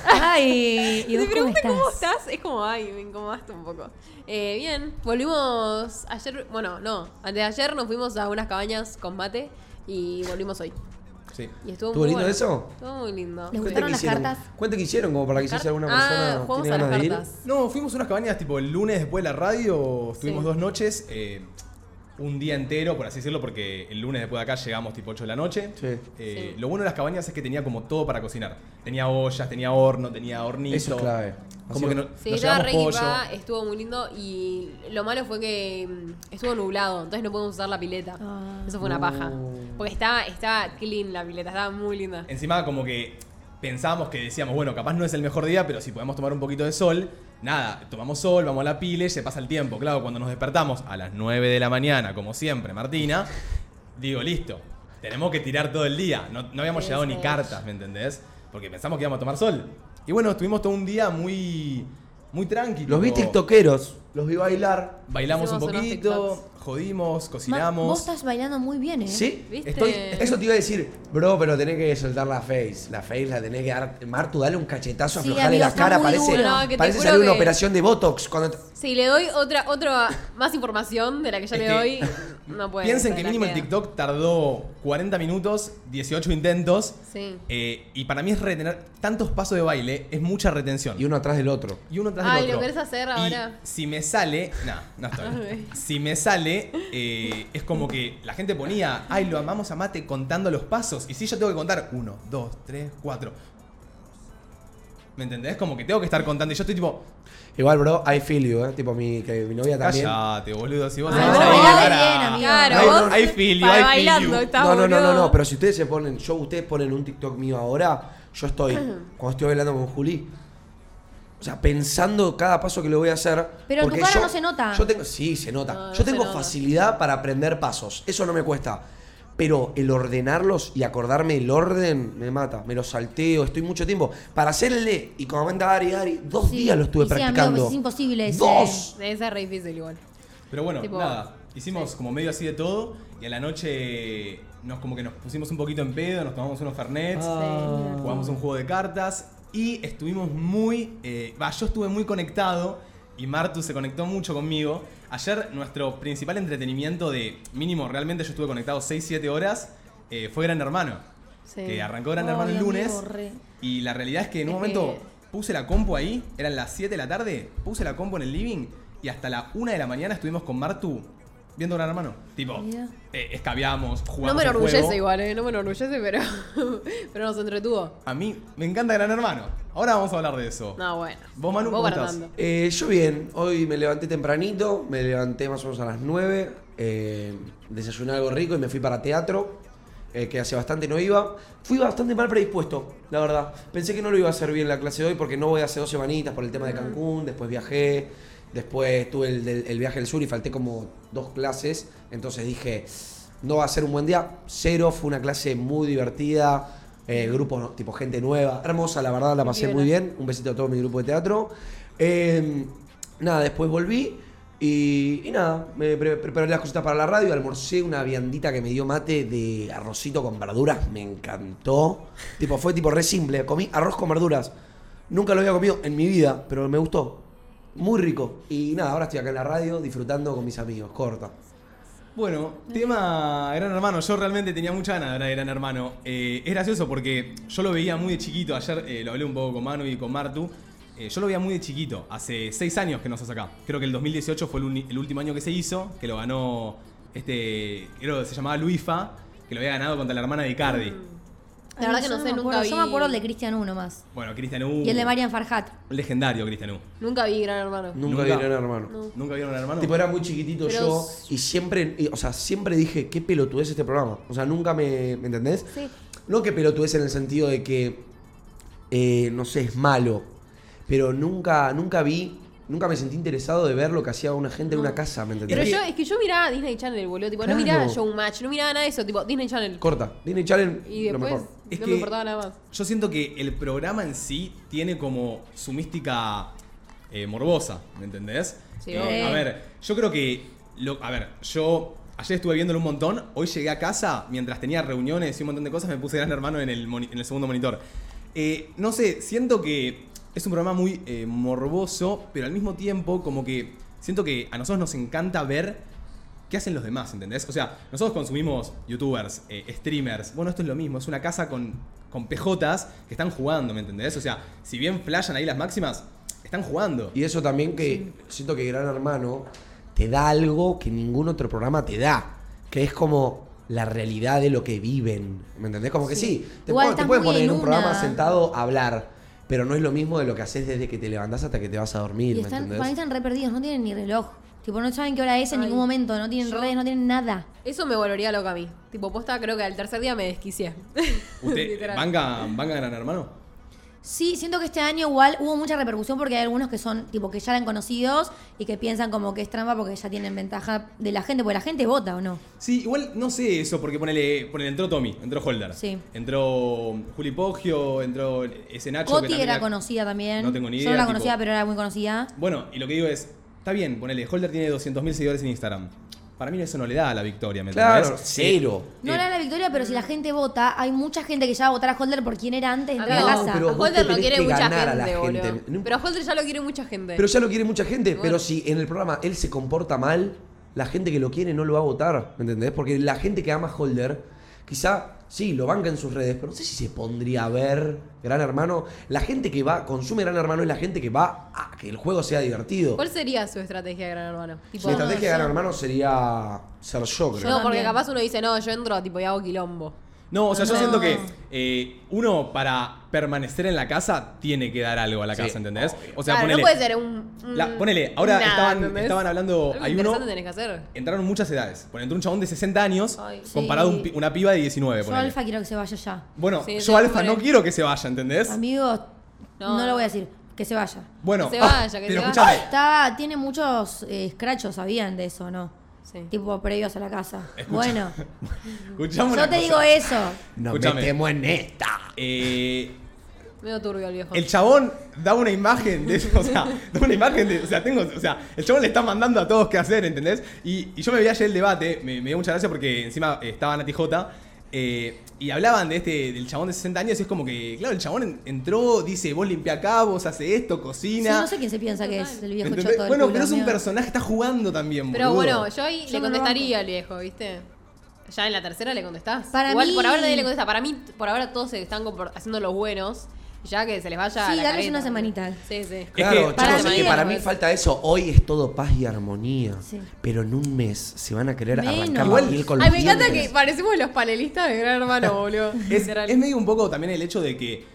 Speaker 3: Ay,
Speaker 1: Si
Speaker 3: ¿y vos
Speaker 1: te
Speaker 3: cómo
Speaker 1: preguntan
Speaker 3: estás?
Speaker 1: cómo estás, es como, ay, me incomodaste un poco. Eh, bien, volvimos ayer, bueno, no, antes de ayer nos fuimos a unas cabañas con mate y volvimos hoy.
Speaker 4: Sí.
Speaker 1: Y estuvo
Speaker 2: ¿Estuvo
Speaker 1: muy
Speaker 2: lindo
Speaker 1: bueno.
Speaker 2: eso?
Speaker 1: Estuvo muy lindo.
Speaker 3: ¿Les
Speaker 2: Cuente
Speaker 3: gustaron
Speaker 2: que
Speaker 3: las
Speaker 2: hicieron,
Speaker 3: cartas?
Speaker 2: Cuente que hicieron como para que si alguna persona
Speaker 1: ah, jugamos
Speaker 2: tiene
Speaker 1: a las
Speaker 2: ganas de ir.
Speaker 1: cartas.
Speaker 4: No, fuimos a unas cabañas tipo el lunes después de la radio, estuvimos dos noches, eh, un día entero, por así decirlo, porque el lunes después de acá llegamos tipo 8 de la noche.
Speaker 2: Sí.
Speaker 4: Eh,
Speaker 1: Sí.
Speaker 4: Lo bueno de las cabañas es que tenía como todo para cocinar. Tenía ollas, tenía horno, tenía hornito.
Speaker 2: Eso es clave.
Speaker 4: Como
Speaker 2: Así
Speaker 4: que no,
Speaker 1: Sí,
Speaker 4: nos
Speaker 1: estaba
Speaker 4: llevamos
Speaker 1: re
Speaker 4: pollo.
Speaker 1: equipada, estuvo muy lindo y lo malo fue que mm, estuvo nublado, entonces no pudimos usar la pileta.
Speaker 3: Ah.
Speaker 1: Eso fue una paja. Porque estaba, estaba clean la pileta, estaba muy linda.
Speaker 4: Encima como que pensábamos que decíamos, bueno, capaz no es el mejor día, pero si podemos tomar un poquito de sol, nada, tomamos sol, vamos a la pile, se pasa el tiempo. Claro, cuando nos despertamos a las 9 de la mañana, como siempre, Martina, digo, listo, tenemos que tirar todo el día. No, no habíamos
Speaker 1: Sí,
Speaker 4: llegado ni
Speaker 1: sí.
Speaker 4: cartas, ¿me entendés? Porque pensamos que íbamos a tomar sol. Y bueno, estuvimos todo un día muy, muy tranquilo.
Speaker 2: Los vi tiktokeros, los vi bailar.
Speaker 4: Bailamos un
Speaker 1: Hicimos unos
Speaker 4: poquito, jodimos,
Speaker 3: Ma, Vos
Speaker 4: cocinamos.
Speaker 3: estás bailando muy bien, ¿eh?
Speaker 2: Sí,
Speaker 1: ¿Viste?
Speaker 2: estoy- Eso te iba a decir, bro, pero tenés que soltar la face. La face la tenés que dar. Martu, dale un cachetazo,
Speaker 3: Sí,
Speaker 2: aflojarle
Speaker 3: amigo,
Speaker 2: la
Speaker 3: está
Speaker 2: cara.
Speaker 3: muy
Speaker 2: Parece,
Speaker 3: duro. No,
Speaker 1: que te
Speaker 2: parece
Speaker 1: juro
Speaker 2: salir una
Speaker 1: que-
Speaker 2: operación de Botox. Cuando te-
Speaker 1: Si le doy otra, otra más información de la que ya
Speaker 4: Es
Speaker 1: le
Speaker 4: que-
Speaker 1: doy, no puede.
Speaker 4: Piensen
Speaker 1: se
Speaker 4: que
Speaker 1: la
Speaker 4: mínimo el
Speaker 1: queda.
Speaker 4: TikTok tardó 40 minutos, 18 intentos.
Speaker 1: Sí.
Speaker 4: eh, y para mí es retener tantos pasos de baile, es mucha retención.
Speaker 2: Y uno atrás del otro.
Speaker 4: Y uno tras
Speaker 1: Ay,
Speaker 4: del otro.
Speaker 1: ¿lo querés hacer
Speaker 4: Y
Speaker 1: ahora?
Speaker 4: si me sale. No, no estoy.
Speaker 1: Ok.
Speaker 4: si me sale, eh, es como que la gente ponía. Ay, lo amamos a mate contando los pasos. Y si yo tengo que contar. Uno, dos, tres, cuatro. ¿Me entendés? Como que tengo que estar contando. Y yo estoy tipo.
Speaker 2: Igual, bro, I feel you, ¿eh? Tipo, mi, que mi novia también.
Speaker 4: Cállate, boludo. Si vos
Speaker 1: Ay,
Speaker 4: sabés
Speaker 1: vos
Speaker 4: ahí,
Speaker 1: bailás
Speaker 4: pará".
Speaker 3: bien, amigo.
Speaker 1: Claro,
Speaker 2: No, no,
Speaker 1: vos
Speaker 4: I feel you,
Speaker 1: para
Speaker 4: I feel
Speaker 1: bailando
Speaker 4: you.
Speaker 1: estás,
Speaker 2: no, no, no, no,
Speaker 1: boludo.
Speaker 2: no, pero si ustedes se ponen, yo, ustedes ponen un TikTok mío ahora, yo estoy, cuando estoy bailando con Juli, o sea, pensando cada paso que le voy a hacer.
Speaker 3: Pero en tu
Speaker 2: porque
Speaker 3: cara
Speaker 2: yo-
Speaker 3: no se nota.
Speaker 2: Yo tengo, sí, se nota.
Speaker 1: No, no
Speaker 2: yo
Speaker 1: se
Speaker 2: tengo
Speaker 1: nota.
Speaker 2: facilidad para aprender pasos, eso no me cuesta. Pero el ordenarlos y acordarme el orden me mata, me lo salteo, estoy mucho tiempo. Para hacerle, y como manda Ari, Ari, dos
Speaker 3: Sí,
Speaker 2: días lo estuve
Speaker 3: y sí, amigo,
Speaker 2: practicando.
Speaker 3: pues es imposible ese.
Speaker 2: ¡Dos!
Speaker 1: Esa es re difícil igual.
Speaker 4: Pero bueno,
Speaker 1: Tipo-
Speaker 4: nada. Hicimos como medio así de todo. Y a la noche nos como que nos pusimos un poquito en pedo, nos tomamos unos fernets, jugamos un juego de cartas y estuvimos muy. eh, Va, yo estuve muy conectado y Martu se conectó mucho conmigo. Ayer nuestro principal entretenimiento de mínimo, realmente yo estuve conectado 6-7 horas, eh, fue Gran Hermano.
Speaker 1: Sí.
Speaker 4: Que arrancó Gran
Speaker 3: Este, Ay,
Speaker 4: Hermano el
Speaker 3: amigo,
Speaker 4: lunes.
Speaker 3: re. Eh,
Speaker 4: Y la realidad es que en un
Speaker 1: Es
Speaker 4: momento
Speaker 1: que-
Speaker 4: puse la compu ahí, eran las 7 de la tarde, puse la compu en el living y hasta la 1 de la mañana estuvimos con Martu viendo Gran Hermano. Tipo,
Speaker 3: Mira.
Speaker 4: eh, escabiamos, jugamos.
Speaker 1: No me
Speaker 4: al
Speaker 1: enorgullece
Speaker 4: juego.
Speaker 1: igual, eh, no me enorgullece, pero, pero nos entretuvo.
Speaker 4: A mí me encanta Gran Hermano. Ahora vamos a hablar de eso.
Speaker 1: No, bueno.
Speaker 4: Vos, Manu, ¿cómo estás?
Speaker 1: guardando.
Speaker 2: Eh, yo bien, hoy me levanté tempranito, me levanté más o menos a las 9, eh, desayuné algo rico y me fui para teatro, eh, que hace bastante no iba. Fui bastante mal predispuesto, la verdad. Pensé que no lo iba a hacer bien la clase de hoy porque no voy hace dos semanitas por el tema de Cancún, después viajé, después tuve el, del- el viaje al sur y falté como dos clases, entonces dije, no va a ser un buen día, cero, fue una clase muy divertida. eh, grupos, ¿no? tipo gente nueva, hermosa, la verdad la pasé
Speaker 1: Viola.
Speaker 2: muy bien bien. Un besito a todo mi grupo de teatro. Eh, nada, después volví y, y nada, me pre- preparé las cositas para la radio, almorcé una viandita que me dio mate de arrocito con verduras, me encantó. Tipo, fue tipo re simple, comí arroz con verduras. Nunca lo había comido en mi vida, pero me gustó. Muy rico. Y nada, ahora estoy acá en la radio disfrutando con mis amigos, corta.
Speaker 4: Bueno, tema Gran Hermano. Yo realmente tenía mucha ganas de hablar de Gran Hermano. Eh, es gracioso porque yo lo veía muy de chiquito. Ayer eh, lo hablé un poco con Manu y con Martu. Eh, yo lo veía muy de chiquito. Hace seis años que nos hace acá. Creo que el 2018 fue el, uni- el último año que se hizo, que lo ganó este. Creo que se llamaba Luifa, que lo había ganado contra la hermana de Icardi.
Speaker 1: La verdad
Speaker 3: Ay,
Speaker 1: que
Speaker 3: yo
Speaker 1: no sé,
Speaker 3: me
Speaker 1: nunca
Speaker 3: acuerdo. Yo me
Speaker 1: vi-
Speaker 3: acuerdo el de Cristian uno más.
Speaker 4: Bueno, Cristian U.
Speaker 3: Y el de Marian Farhat.
Speaker 4: Legendario, Cristian U.
Speaker 1: Nunca vi Gran Hermano.
Speaker 2: Nunca,
Speaker 4: Nunca.
Speaker 2: vi Gran hermano.
Speaker 4: ¿Nunca vieron Gran Hermano?
Speaker 2: Tipo, era muy chiquitito
Speaker 1: Pero
Speaker 2: yo
Speaker 1: s-
Speaker 2: y siempre, y, o sea, siempre dije, qué pelotudez este programa. O sea, nunca me, ¿me entendés?
Speaker 1: Sí.
Speaker 2: No que pelotudez en el sentido de que, eh, no sé, es malo, pero nunca, nunca vi, nunca me sentí interesado de ver lo que hacía una gente en una casa, ¿me entendés?
Speaker 1: Pero yo, es que yo miraba Disney Channel, boludo. Tipo,
Speaker 2: Claro.
Speaker 1: no miraba Showmatch, no miraba nada de eso. Tipo, Disney Channel.
Speaker 2: Corta, Disney Channel,
Speaker 1: Y
Speaker 2: lo
Speaker 1: después
Speaker 2: mejor.
Speaker 1: no
Speaker 4: Es
Speaker 1: me
Speaker 4: que-
Speaker 1: importaba nada más.
Speaker 4: Yo siento que el programa en sí tiene como su mística eh, morbosa, ¿me entendés?
Speaker 1: Sí,
Speaker 4: Eh,
Speaker 1: obvio.
Speaker 4: a ver, yo creo que. lo- a ver, yo ayer estuve viéndolo un montón. Hoy llegué a casa, mientras tenía reuniones y un montón de cosas, me puse Gran Hermano en el, moni- en el segundo monitor. Eh, no sé, siento que es un programa muy eh, morboso, pero al mismo tiempo, como que siento que a nosotros nos encanta ver ¿Qué hacen los demás? ¿Entendés? O sea, nosotros consumimos youtubers, eh, streamers. Bueno, esto es lo mismo. Es una casa con, con PJs que están jugando, ¿me entendés? O sea, si bien flashan ahí las máximas, están jugando.
Speaker 2: Y eso también que siento que Gran Hermano te da algo que ningún otro programa te da, que es como la realidad de lo que viven. ¿Me entendés? Como que sí, te,
Speaker 3: Igual
Speaker 2: pon- te
Speaker 3: estás
Speaker 2: pueden
Speaker 3: muy
Speaker 2: poner en
Speaker 3: en
Speaker 2: un programa
Speaker 3: una.
Speaker 2: sentado a hablar, pero no es lo mismo de lo que haces desde que te levantás hasta que te vas a dormir,
Speaker 3: Y
Speaker 2: ¿me
Speaker 3: están, para mí
Speaker 2: entendés?
Speaker 3: están re perdidos, no tienen ni reloj. Tipo, no saben qué hora es en
Speaker 1: Ay,
Speaker 3: ningún momento, no tienen
Speaker 1: yo-
Speaker 3: redes, no tienen nada.
Speaker 1: Eso me volvería loca a mí. Tipo, posta, creo que al tercer día me desquicié.
Speaker 4: ¿Usted
Speaker 1: Literal.
Speaker 4: banca, banca Gran Hermano?
Speaker 3: Sí, siento que este año igual hubo mucha repercusión porque hay algunos que son, tipo, que ya eran conocidos y que piensan como que es trampa porque ya tienen ventaja de la gente, porque la gente vota o no.
Speaker 4: Sí, igual no sé eso, porque ponele, ponele entró Tommy, entró Holder.
Speaker 3: Sí.
Speaker 4: Entró Juli Poggio, entró ese Nacho. que
Speaker 3: Coti
Speaker 4: también
Speaker 3: era conocida también.
Speaker 4: No tengo ni
Speaker 3: Yo no
Speaker 4: idea,
Speaker 3: la
Speaker 4: tipo-
Speaker 3: conocía, pero era muy conocida.
Speaker 4: Bueno, y lo que digo es, está bien, ponele, Holder tiene 200.000 seguidores en Instagram. Para mí eso no le da la victoria, ¿me
Speaker 2: Claro,
Speaker 4: entendés?
Speaker 2: cero.
Speaker 3: No
Speaker 4: Eh,
Speaker 3: le da la victoria, pero si la gente vota, hay mucha gente que ya va a votar a Holder por quién era antes de entrar
Speaker 1: Amigo,
Speaker 3: a
Speaker 2: No,
Speaker 3: casa.
Speaker 2: pero
Speaker 1: a
Speaker 2: vos
Speaker 1: Holder
Speaker 2: te
Speaker 1: lo
Speaker 2: tenés
Speaker 1: quiere
Speaker 2: que
Speaker 1: mucha
Speaker 2: ganar a
Speaker 1: gente,
Speaker 2: la
Speaker 1: boludo.
Speaker 2: gente. No imp-
Speaker 1: Pero a Holder ya lo quiere mucha gente.
Speaker 2: Pero ya lo quiere mucha gente,
Speaker 1: Bueno.
Speaker 2: pero si en el programa él se comporta mal, la gente que lo quiere no lo va a votar, ¿me entendés? Porque la gente que ama a Holder, quizá sí, lo banca en sus redes, pero no sé si se pondría a ver Gran Hermano. La gente que va, consume Gran Hermano es la gente que va a que el juego sea divertido.
Speaker 1: ¿Cuál sería su estrategia, gran hermano? Tipo,
Speaker 2: Su estrategia de
Speaker 3: yo-
Speaker 2: Gran Hermano sería ser yo, creo.
Speaker 1: no, porque
Speaker 3: también.
Speaker 1: capaz uno dice, no, yo entro tipo y hago quilombo.
Speaker 4: No, o sea, yo
Speaker 3: No.
Speaker 4: siento que eh, uno para permanecer en la casa tiene que dar algo a la
Speaker 2: Sí,
Speaker 4: casa, ¿entendés? O sea,
Speaker 1: claro, no
Speaker 4: ponele,
Speaker 1: puede ser un. un-
Speaker 4: La- ponele, ahora
Speaker 1: nada,
Speaker 4: estaban-
Speaker 1: ¿entendés?
Speaker 4: estaban hablando-
Speaker 1: Algo
Speaker 4: hay uno-
Speaker 1: interesante tenés que hacer.
Speaker 4: entraron muchas edades. Bueno, entró un chabón de 60 años
Speaker 1: Ay,
Speaker 4: comparado
Speaker 3: sí.
Speaker 4: a un pi- una piba de 19,
Speaker 3: Yo
Speaker 4: ponele.
Speaker 3: Alfa quiero que se vaya ya.
Speaker 4: Bueno,
Speaker 1: Sí,
Speaker 4: yo Alfa
Speaker 1: siempre.
Speaker 4: no quiero que se vaya, ¿entendés?
Speaker 3: Amigos,
Speaker 1: No.
Speaker 3: no. lo voy a decir. Que se vaya.
Speaker 4: Bueno,
Speaker 1: Que se vaya, que
Speaker 4: pero
Speaker 1: se
Speaker 4: escuchame,
Speaker 1: vaya.
Speaker 3: Está, tiene muchos eh, escrachos, ¿sabían de eso no?
Speaker 1: Sí.
Speaker 3: Tipo previos a la casa.
Speaker 4: Escucha.
Speaker 3: Bueno,
Speaker 4: escuchame
Speaker 3: yo
Speaker 4: una
Speaker 3: te
Speaker 4: cosa.
Speaker 3: digo eso.
Speaker 2: Nos
Speaker 4: Escúchame.
Speaker 2: metemos en esta.
Speaker 4: Eh,
Speaker 1: Medio turbio el viejo.
Speaker 4: el chabón da una imagen de eso, o sea, da una imagen de, o sea, tengo, o sea, el chabón le está mandando a todos qué hacer, ¿entendés? Y, y yo me vi ayer el debate, me, me dio mucha gracia porque encima eh, estaba Nati J, eh, y hablaban de este, del chabón de 60 años, y es como que, claro, el chabón en- entró, dice, vos limpia acá, vos hace esto,
Speaker 3: Sí,
Speaker 4: cocina.
Speaker 3: no sé quién se piensa que es el viejo
Speaker 4: ¿entendés?
Speaker 3: choto del
Speaker 4: Bueno,
Speaker 3: culo,
Speaker 4: pero es un
Speaker 3: amigo.
Speaker 4: personaje, está jugando también,
Speaker 1: Pero
Speaker 4: boludo.
Speaker 1: bueno, yo ahí le
Speaker 3: Yo no lo
Speaker 1: contestaría al viejo, ¿viste? Ya en la tercera le contestás.
Speaker 3: Para
Speaker 1: Igual
Speaker 3: mí-
Speaker 1: por ahora nadie le contesta. Para mí, por ahora todos se están comport- haciendo los buenos. Y ya que se les vaya.
Speaker 3: Sí,
Speaker 1: la
Speaker 3: darles
Speaker 1: careta,
Speaker 3: una
Speaker 1: ¿no?
Speaker 3: semanita.
Speaker 1: Sí, sí.
Speaker 2: Claro, para
Speaker 4: que
Speaker 3: para
Speaker 2: chicos, es
Speaker 3: mí
Speaker 2: que
Speaker 3: es-
Speaker 2: para mí falta eso. Hoy es todo paz y armonía.
Speaker 3: Sí.
Speaker 2: Pero en un mes se van a querer arrancar
Speaker 3: Menos.
Speaker 2: la piel con los
Speaker 1: Ay, me encanta
Speaker 2: dientes.
Speaker 1: que parecemos los panelistas de Gran Hermano, boludo.
Speaker 4: Es,
Speaker 1: Literal.
Speaker 4: es medio un poco también el hecho de que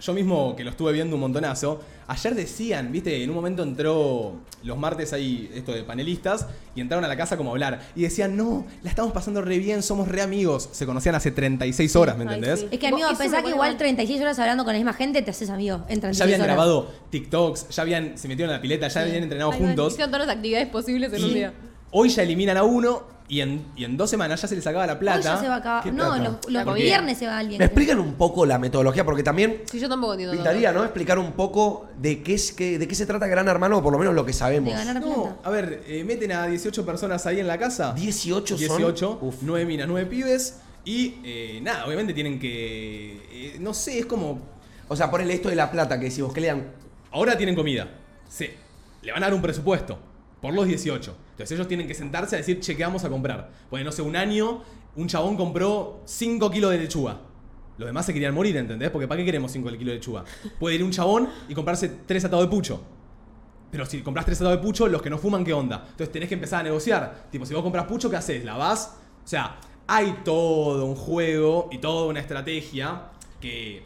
Speaker 4: yo mismo, que lo estuve viendo un montonazo, ayer decían, viste, en un momento entró los martes ahí, esto de panelistas, y entraron a la casa como a hablar. Y decían, no, la estamos pasando re bien, somos re amigos. Se conocían hace 36 horas, ¿me
Speaker 1: Ay,
Speaker 4: entendés?
Speaker 1: sí.
Speaker 3: Es que,
Speaker 1: Vos-
Speaker 3: amigo,
Speaker 1: eso me
Speaker 3: pensá que
Speaker 1: pone
Speaker 3: igual
Speaker 1: mal.
Speaker 3: 36 horas hablando con la misma gente te haces amigo en 36
Speaker 4: Ya habían
Speaker 3: horas.
Speaker 4: grabado TikToks, ya habían, se metieron en la pileta, ya habían entrenado
Speaker 1: Ay, bueno,
Speaker 4: juntos.
Speaker 1: Hicieron todas las actividades posibles en
Speaker 4: Y
Speaker 1: un día.
Speaker 4: hoy ya eliminan a uno, y en, y en dos semanas ya se les acaba la
Speaker 3: Hoy ya
Speaker 4: plata.
Speaker 3: se va a acabar-
Speaker 2: ¿Qué
Speaker 3: No,
Speaker 2: plata?
Speaker 3: los, los
Speaker 1: La comida.
Speaker 3: viernes se va alguien.
Speaker 2: ¿Me explican un poco la metodología? Porque también
Speaker 1: Sí, yo tampoco entiendo. tanto.
Speaker 2: pintaría, ¿no? Explicar un poco de qué, es, que de qué se trata Gran Hermano, o por lo menos lo que
Speaker 3: De
Speaker 2: sabemos.
Speaker 3: ganar
Speaker 4: No,
Speaker 3: plata.
Speaker 4: a ver, eh, meten a 18 personas ahí en la casa.
Speaker 2: 18 son.
Speaker 4: 18,
Speaker 2: Uf.
Speaker 4: 9 minas, 9 pibes. Y eh, nada, obviamente tienen que. eh, no sé, es como.
Speaker 2: O sea, ponele esto de la plata, que si vos que le dan.
Speaker 4: Ahora tienen comida. Se, le van a dar un presupuesto por los 18. Entonces ellos tienen que sentarse a decir, che, ¿qué vamos a comprar? Porque no sé, un año un chabón compró 5 kilos de lechuga. Los demás se querían morir, ¿entendés? Porque ¿para qué queremos 5 kilos de lechuga? Puede ir un chabón y comprarse 3 atados de pucho. Pero si compras tres atados de pucho, los que no fuman, ¿qué onda? Entonces tenés que empezar a negociar. Tipo, si vos compras pucho, ¿qué haces? ¿La vas? O sea, hay todo un juego y toda una estrategia que,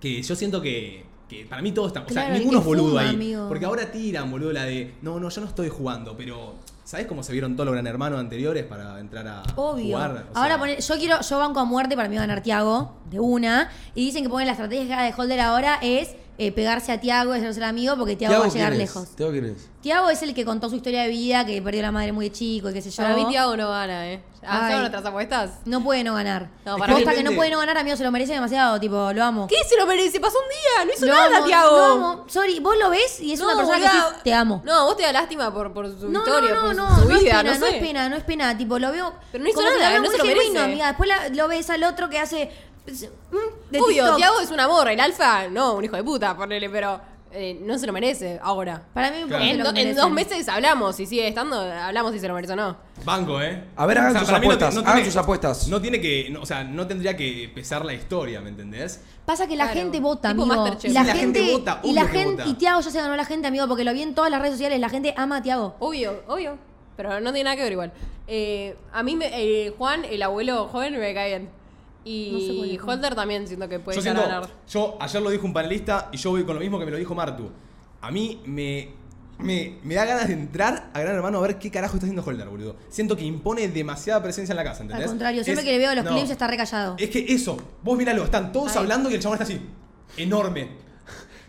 Speaker 4: que yo siento que, que para mí todo está... O sea,
Speaker 3: Claro, el
Speaker 4: ninguno
Speaker 3: que
Speaker 4: es boludo
Speaker 3: fuma,
Speaker 4: ahí.
Speaker 3: amigo.
Speaker 4: Porque ahora tiran, boludo, la de... No, no, yo no estoy jugando, pero... ¿Sabés cómo se vieron todos los gran hermanos anteriores para entrar a
Speaker 3: Obvio.
Speaker 4: jugar? O sea,
Speaker 3: ahora poner, yo quiero, yo banco a muerte para mí va a ganar Tiago, de una. Y dicen que ponen la estrategia de Holder ahora es eh, pegarse a Tiago, es el amigo, porque Tiago va a llegar lejos.
Speaker 2: ¿Teo quién es?
Speaker 3: Tiago es el que contó su historia de vida, que perdió la madre muy de chico y qué sé yo.
Speaker 1: Para mí, Tiago no gana, ¿eh?
Speaker 3: Ay.
Speaker 1: ¿Hacemos nuestras apuestas?
Speaker 3: No puede no ganar.
Speaker 1: No,
Speaker 3: No,
Speaker 1: para
Speaker 3: para
Speaker 1: mí-
Speaker 3: que no puede no ganar, amigo, se lo merece demasiado, tipo, lo amo.
Speaker 1: ¿Qué se lo merece? Pasó un día, no hizo
Speaker 3: Lo
Speaker 1: nada,
Speaker 3: amo,
Speaker 1: Tiago.
Speaker 3: lo amo. Sorry, vos lo ves y es una persona que
Speaker 1: boluda.
Speaker 3: decís, te amo.
Speaker 1: No, vos te da lástima por, por su historia, por su,
Speaker 3: no es
Speaker 1: vida,
Speaker 3: pena,
Speaker 1: no, sé.
Speaker 3: es pena, no es pena, tipo, lo veo.
Speaker 1: Pero no hizo
Speaker 3: como que
Speaker 1: nada,
Speaker 3: lo veo
Speaker 1: no
Speaker 3: muy
Speaker 1: se lo
Speaker 3: genuino,
Speaker 1: merece.
Speaker 3: amiga. Después la- lo ves al otro que hace. mm, de
Speaker 1: Obvio,
Speaker 3: TikTok.
Speaker 1: Tiago es un amor, el alfa, no, un hijo de puta, ponele, pero eh, no se lo merece ahora.
Speaker 3: Para mí, porque
Speaker 4: Claro.
Speaker 3: se
Speaker 1: En,
Speaker 3: lo
Speaker 1: do- en
Speaker 3: merecen.
Speaker 1: dos meses hablamos, si sigue estando, hablamos si se lo merece o no.
Speaker 4: Banco, ¿eh?
Speaker 2: A ver, hagan sus
Speaker 4: para mí no
Speaker 2: apuestas,
Speaker 4: ti- no
Speaker 2: hagan
Speaker 4: tiene-
Speaker 2: sus apuestas.
Speaker 4: No tiene que... no, o sea, no tendría que pesar la historia, ¿me entendés?
Speaker 3: Pasa que la
Speaker 1: Claro.
Speaker 3: gente vota,
Speaker 1: Tipo
Speaker 3: amigo.
Speaker 1: Masterchef.
Speaker 3: Y la,
Speaker 4: Sí, la gente
Speaker 3: gente,
Speaker 4: vota,
Speaker 3: y la
Speaker 4: obvio que
Speaker 3: gente,
Speaker 4: vota.
Speaker 3: y Tiago ya se ganó la gente, amigo, porque lo vi en todas las redes sociales, la gente ama a Tiago.
Speaker 1: Obvio, obvio, pero no tiene nada que ver igual. Eh, a mí, me- eh, Juan, el abuelo joven, me cae bien.
Speaker 3: No sé cuál
Speaker 1: Y
Speaker 3: es Juan.
Speaker 1: Holder también siento que puede
Speaker 4: Yo,
Speaker 1: llegar
Speaker 4: siento-
Speaker 1: a ganar.
Speaker 4: yo ayer lo dijo un panelista y yo voy con lo mismo que me lo dijo Martu. A mí me, me, me da ganas de entrar a Gran Hermano a ver qué carajo está haciendo Holder, boludo. Siento que impone demasiada presencia en la casa, ¿entendés?
Speaker 3: Al contrario, siempre
Speaker 4: Es-
Speaker 3: que le veo los
Speaker 4: no.
Speaker 3: clips está recallado.
Speaker 4: Es que eso, vos miralo, están todos
Speaker 1: Ay.
Speaker 4: hablando y el chabón está así, enorme.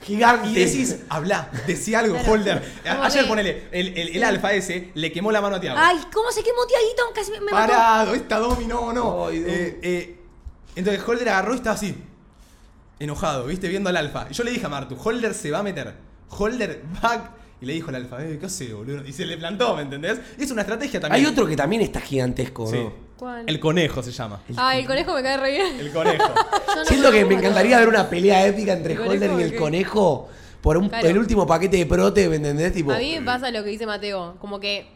Speaker 2: Gigante.
Speaker 4: Y decís, habla, decí algo, Holder. A-
Speaker 1: Como
Speaker 4: Ayer
Speaker 1: que-
Speaker 4: ponele, el, el- el alfa ese le quemó la mano a Tiago.
Speaker 3: Ay, ¿cómo se quemó Tiaguito? Casi me, me mató.
Speaker 4: Parado, esta Domi, no, no.
Speaker 2: Ay, Domi.
Speaker 4: Eh, eh, entonces Holder agarró y estaba así, enojado, ¿viste? Viendo al alfa. Y yo le dije a Martu, Holder se va a meter. Holder va. Y le dijo al alfabeto, ¿qué hace, boludo? Y se le plantó, ¿me entendés? Es una estrategia también.
Speaker 2: Hay otro que también está gigantesco,
Speaker 4: Sí.
Speaker 2: ¿no?
Speaker 1: ¿Cuál?
Speaker 4: El conejo se llama.
Speaker 1: Ay, el conejo me cae re bien.
Speaker 4: El conejo.
Speaker 3: Yo no
Speaker 2: Siento
Speaker 3: sé
Speaker 2: que
Speaker 3: cómo
Speaker 2: me
Speaker 3: lo-
Speaker 2: encantaría ver una pelea épica entre
Speaker 1: ¿El
Speaker 2: Holder
Speaker 1: conejo
Speaker 2: y
Speaker 1: o
Speaker 2: el
Speaker 1: qué?
Speaker 2: conejo por un-
Speaker 1: Claro.
Speaker 2: el último paquete de prote, ¿me entendés? Tipo,
Speaker 1: A mí me pasa lo que dice Mateo, como que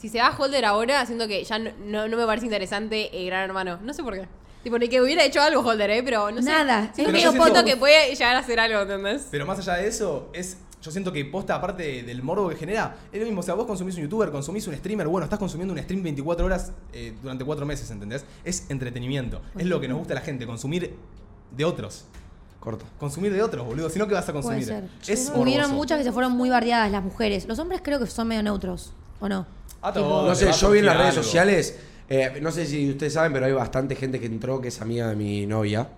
Speaker 1: si se va Holder ahora, siento que ya no, no- no me parece interesante el Gran Hermano. No sé por qué. Tipo, ni que hubiera hecho algo Holder, ¿eh? Pero no sé.
Speaker 3: Nada,
Speaker 1: Siento
Speaker 4: es
Speaker 1: que
Speaker 4: medio
Speaker 1: un poto
Speaker 4: poco.
Speaker 1: que puede llegar a hacer algo, ¿entendés?
Speaker 4: Pero más allá de eso, es. Yo siento que posta, aparte del morbo que genera, es lo mismo. O sea, vos consumís un youtuber, consumís un streamer, bueno, estás consumiendo un stream 24 horas eh, durante 4 meses, ¿entendés? Es entretenimiento. Es lo que nos gusta a la gente, consumir de otros.
Speaker 2: Corto.
Speaker 4: Consumir de otros, boludo. Si no, ¿qué vas a
Speaker 3: Puede
Speaker 4: consumir?
Speaker 3: ser.
Speaker 4: Es
Speaker 3: Hubieron
Speaker 4: morboso.
Speaker 3: muchas que se fueron muy bardeadas las mujeres. Los hombres creo que son medio neutros, ¿o no?
Speaker 4: A
Speaker 3: Tipo-
Speaker 4: todos,
Speaker 2: No
Speaker 4: te
Speaker 2: sé,
Speaker 4: vas a
Speaker 2: yo vi en las
Speaker 4: consumir
Speaker 2: redes
Speaker 4: algo.
Speaker 2: sociales, eh, no sé si ustedes saben, pero hay bastante gente que entró que es amiga de mi novia.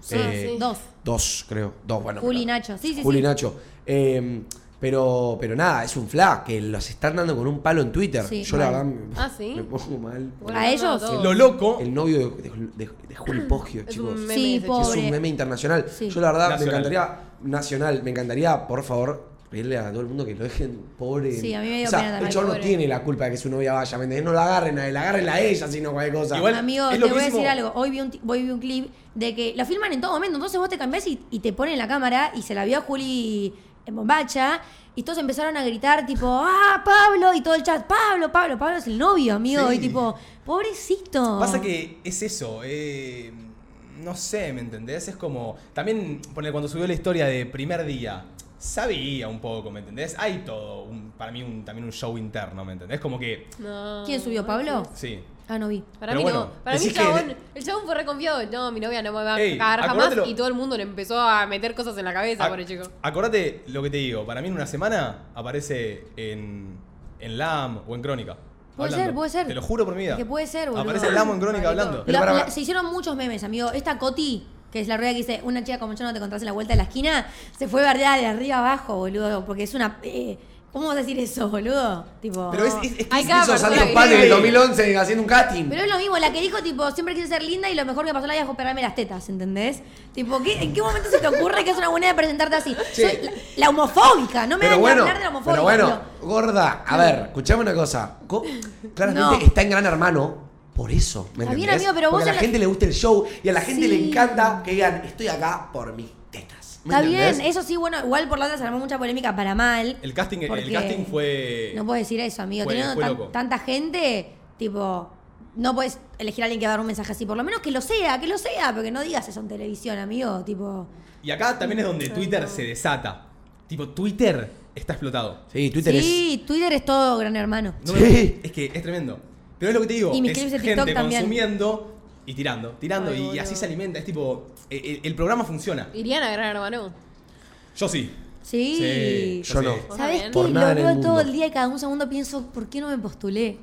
Speaker 1: Sí,
Speaker 2: Eh,
Speaker 1: sí.
Speaker 3: Dos.
Speaker 2: Dos, creo. Dos, bueno.
Speaker 3: Juli y
Speaker 2: pero-
Speaker 3: Nacho. Sí, sí,
Speaker 2: Juli
Speaker 3: sí.
Speaker 2: Nacho. Eh, pero, pero nada, es un flash que los están dando con un palo en Twitter.
Speaker 3: Sí,
Speaker 2: yo la
Speaker 3: mal.
Speaker 2: verdad me-
Speaker 1: Ah, ¿sí?
Speaker 2: me pongo mal.
Speaker 1: Bueno,
Speaker 3: ¿A
Speaker 1: no,
Speaker 3: ellos?
Speaker 1: todos.
Speaker 4: Lo loco.
Speaker 2: El novio de, de, de- de Juli Poggio,
Speaker 1: Es
Speaker 2: chicos.
Speaker 1: un meme
Speaker 3: Sí,
Speaker 1: ese,
Speaker 3: pobre.
Speaker 1: chico.
Speaker 2: Es un meme internacional.
Speaker 3: Sí.
Speaker 2: Yo la verdad
Speaker 4: Nacional.
Speaker 2: me encantaría nacional, me encantaría, por favor, pedirle a todo el mundo que lo dejen pobre.
Speaker 3: Sí, a mí me dio
Speaker 2: o sea,
Speaker 3: pena también,
Speaker 2: El chavo no
Speaker 1: pobre.
Speaker 2: tiene la culpa de que su novia vaya, ¿me entendés? No la agarren a él, agárrenla a ella, sino cualquier cosa.
Speaker 4: Igual-
Speaker 3: Amigo,
Speaker 4: es
Speaker 3: te voy a
Speaker 4: loquísimo.
Speaker 3: decir algo. Hoy vi un, ti- hoy vi un clip de que la filman en todo momento. Entonces vos te cambiás y, y te ponen la cámara y se la vio a Juli en bombacha. Y todos empezaron a gritar, tipo, ¡ah, Pablo! Y todo el chat, ¡Pablo, Pablo, Pablo es el novio, amigo!
Speaker 4: Sí.
Speaker 3: Y tipo, ¡pobrecito!
Speaker 4: Pasa que es eso. eh, no sé, ¿me entendés? Es como. También, ponele, cuando subió la historia de primer día, sabía un poco, ¿me entendés? Hay todo, un- para mí, un- también un show interno, ¿me entendés? Como que.
Speaker 1: No.
Speaker 3: ¿Quién subió, Pablo?
Speaker 4: Sí.
Speaker 3: Ah, no vi.
Speaker 1: Para
Speaker 4: Pero
Speaker 1: mí
Speaker 4: bueno,
Speaker 1: no. Para mí el
Speaker 4: decís que-
Speaker 1: chabón, el chabón fue reconfiado. No, mi novia no me va a
Speaker 4: Ey,
Speaker 1: cagar jamás.
Speaker 4: acordátelo. Ah.
Speaker 1: Y todo el mundo le empezó a meter cosas en la cabeza,
Speaker 4: Ac-
Speaker 1: pobre chico.
Speaker 4: Acordate lo que te digo. Para mí, en una semana aparece en, en LAM o en Crónica.
Speaker 3: Puede
Speaker 4: hablando.
Speaker 3: ser, puede ser.
Speaker 4: Te lo juro por mi vida.
Speaker 3: Que puede ser, boludo.
Speaker 4: Aparece en LAM o en Crónica hablando.
Speaker 2: Pero
Speaker 3: La-
Speaker 2: para-
Speaker 3: la- se hicieron muchos memes, amigo. Esta Coti, que es la rueda que dice, una chica como yo no te encontrás en la vuelta de la esquina, se fue bardeada de arriba abajo, boludo. Porque es una... eh, ¿Cómo vas a decir eso, boludo? Tipo...
Speaker 4: Pero es, es- es que
Speaker 1: Hay
Speaker 4: es
Speaker 1: cada
Speaker 4: eso,
Speaker 2: Esos
Speaker 1: persona
Speaker 2: santos
Speaker 1: que-
Speaker 2: padres del
Speaker 4: Sí.
Speaker 2: 2011 haciendo un casting.
Speaker 3: Pero es lo mismo, la que dijo, tipo, siempre quise ser linda y lo mejor que pasó la vida fue operarme las tetas, ¿entendés? Tipo, ¿qué- ¿en qué momento se te ocurre que es una buena idea presentarte así? Soy la, la homofóbica, no me
Speaker 2: Pero
Speaker 3: hagan
Speaker 2: bueno,
Speaker 3: hablar de la homofóbica.
Speaker 2: pero bueno,
Speaker 3: tío.
Speaker 2: gorda, a ver, escuchame una cosa. Co- Claramente
Speaker 3: No.
Speaker 2: está en Gran Hermano por eso, ¿me
Speaker 3: Está bien,
Speaker 2: entendés?
Speaker 3: amigo, pero vos
Speaker 2: Porque a
Speaker 3: en
Speaker 2: la
Speaker 3: la-
Speaker 2: gente le gusta el show y a la gente le
Speaker 3: Sí.
Speaker 2: encanta que digan, estoy acá por mis tetas. ¿me
Speaker 3: Está
Speaker 2: entendés?
Speaker 3: bien, eso sí, bueno, igual por la otra se armó mucha polémica para mal.
Speaker 4: El casting, el
Speaker 3: porque-
Speaker 4: casting fue.
Speaker 3: No puedes decir eso, amigo.
Speaker 4: Fue-
Speaker 3: Teniendo
Speaker 4: fue
Speaker 3: tan-
Speaker 4: loco.
Speaker 3: tanta gente, tipo, no puedes elegir a alguien que va a dar un mensaje así. Por lo menos que lo sea, que lo sea, pero que no digas eso en televisión, amigo. Tipo,
Speaker 4: Y acá también es donde Twitter se desata. Tipo, Twitter está explotado.
Speaker 2: Sí, Twitter es.
Speaker 3: sí, Twitter es todo gran hermano.
Speaker 4: No
Speaker 2: Sí.
Speaker 4: me- es que es tremendo. Pero es lo que te digo.
Speaker 3: Y mis
Speaker 4: es
Speaker 3: clips de
Speaker 4: gente
Speaker 3: TikTok también.
Speaker 4: consumiendo y tirando, tirando.
Speaker 1: Ay,
Speaker 4: y
Speaker 1: boludo.
Speaker 4: así se alimenta. Es tipo. El, el- el programa funciona.
Speaker 1: ¿Irían a Gran Hermano?
Speaker 4: Yo sí.
Speaker 3: Sí.
Speaker 2: Yo no.
Speaker 4: sí.
Speaker 3: ¿Sabes
Speaker 1: Bien.
Speaker 3: qué?
Speaker 2: Por
Speaker 3: Lo
Speaker 2: nada en el
Speaker 3: veo todo
Speaker 2: mundo.
Speaker 3: el día y cada un segundo pienso, ¿por qué no me postulé?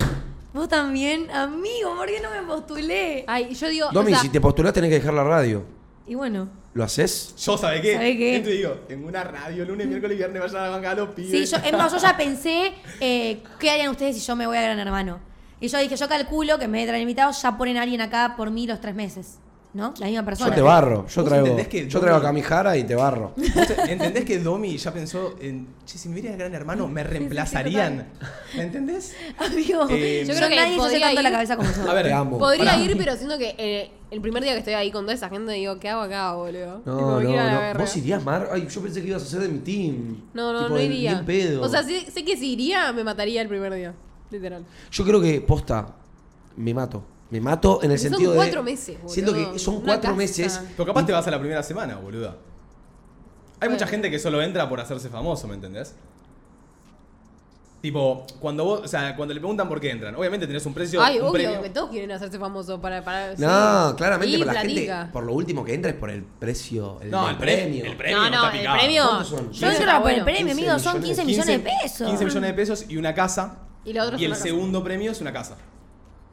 Speaker 3: Vos también, amigo, ¿por qué no me postulé?
Speaker 1: Ay, yo digo.
Speaker 2: Domi,
Speaker 1: o sea,
Speaker 2: si te postulás tenés que dejar la radio.
Speaker 3: Y bueno.
Speaker 2: ¿Lo haces?
Speaker 4: Yo, ¿sabe qué?
Speaker 3: ¿Sabe qué?
Speaker 4: Yo te digo? Tengo una radio lunes, miércoles y viernes. Vayan a la banca a los pibes.
Speaker 3: Sí, yo, es más, yo ya pensé, eh, ¿qué harían ustedes si yo me voy a Gran Hermano? Y yo dije, yo calculo que en vez de traer invitados, ya ponen a alguien acá por mí los tres meses. ¿No? La misma persona.
Speaker 2: Yo te barro, yo
Speaker 4: ¿Vos
Speaker 2: traigo,
Speaker 4: entendés que
Speaker 2: yo traigo
Speaker 4: Domi-
Speaker 2: acá mi jara y te barro.
Speaker 4: ¿Vos ¿Entendés que Domi ya pensó en. Che, si me viera el gran hermano, me reemplazarían? ¿Me entendés?
Speaker 3: Amigo,
Speaker 4: Eh,
Speaker 3: yo creo que nadie se hace
Speaker 1: podría
Speaker 3: tanto la
Speaker 1: ir-
Speaker 3: cabeza como yo.
Speaker 4: A ver,
Speaker 2: Te amo.
Speaker 1: Podría
Speaker 4: pará.
Speaker 1: ir, pero siento que eh, el primer día que estoy ahí con toda esa gente digo, ¿qué hago acá, boludo? Tipo,
Speaker 2: No,
Speaker 1: me
Speaker 2: no,
Speaker 1: quiero ir a la
Speaker 2: no.
Speaker 1: verga.
Speaker 2: Vos irías, Mar. Ay, yo pensé que ibas a ser de mi team.
Speaker 1: No, no,
Speaker 2: Tipo,
Speaker 1: no
Speaker 2: de-
Speaker 1: iría.
Speaker 2: ni en pedo.
Speaker 1: O sea, sé, sé que si iría, me mataría el primer día. Literal.
Speaker 2: Yo creo que, posta, me mato. Me mato en
Speaker 1: Porque
Speaker 2: el
Speaker 1: son
Speaker 2: sentido de.
Speaker 1: cuatro meses, boludo.
Speaker 2: Siento que son
Speaker 1: Una
Speaker 2: cuatro
Speaker 1: casa.
Speaker 2: meses.
Speaker 4: Pero capaz te vas a la primera semana, boluda. Hay mucha
Speaker 1: Bueno.
Speaker 4: gente que solo entra por hacerse famoso, ¿me entendés? Tipo, cuando vos, o sea, cuando le preguntan por qué entran, obviamente tenés un precio,
Speaker 1: Ay,
Speaker 4: un
Speaker 1: obvio,
Speaker 4: premio.
Speaker 1: que todos quieren hacerse famosos para. para
Speaker 2: No,
Speaker 1: sí.
Speaker 2: claramente
Speaker 1: Y
Speaker 2: para la gente.
Speaker 1: platica.
Speaker 2: Por lo último que entra es por el precio. El,
Speaker 4: No,
Speaker 2: del
Speaker 4: el pre-
Speaker 2: premio.
Speaker 4: el premio.
Speaker 1: No, no,
Speaker 4: está
Speaker 1: el
Speaker 4: picado.
Speaker 1: premio.
Speaker 2: ¿Cuántos son?
Speaker 1: yo
Speaker 3: Yo
Speaker 1: creo que
Speaker 3: entro
Speaker 1: está
Speaker 3: por el
Speaker 1: bueno.
Speaker 3: premio,
Speaker 2: 15
Speaker 3: amigo, son 15
Speaker 2: millones.
Speaker 3: millones de pesos.
Speaker 4: 15 millones de pesos y una casa.
Speaker 1: Y la otra es
Speaker 4: el
Speaker 1: una casa.
Speaker 4: segundo premio es una casa.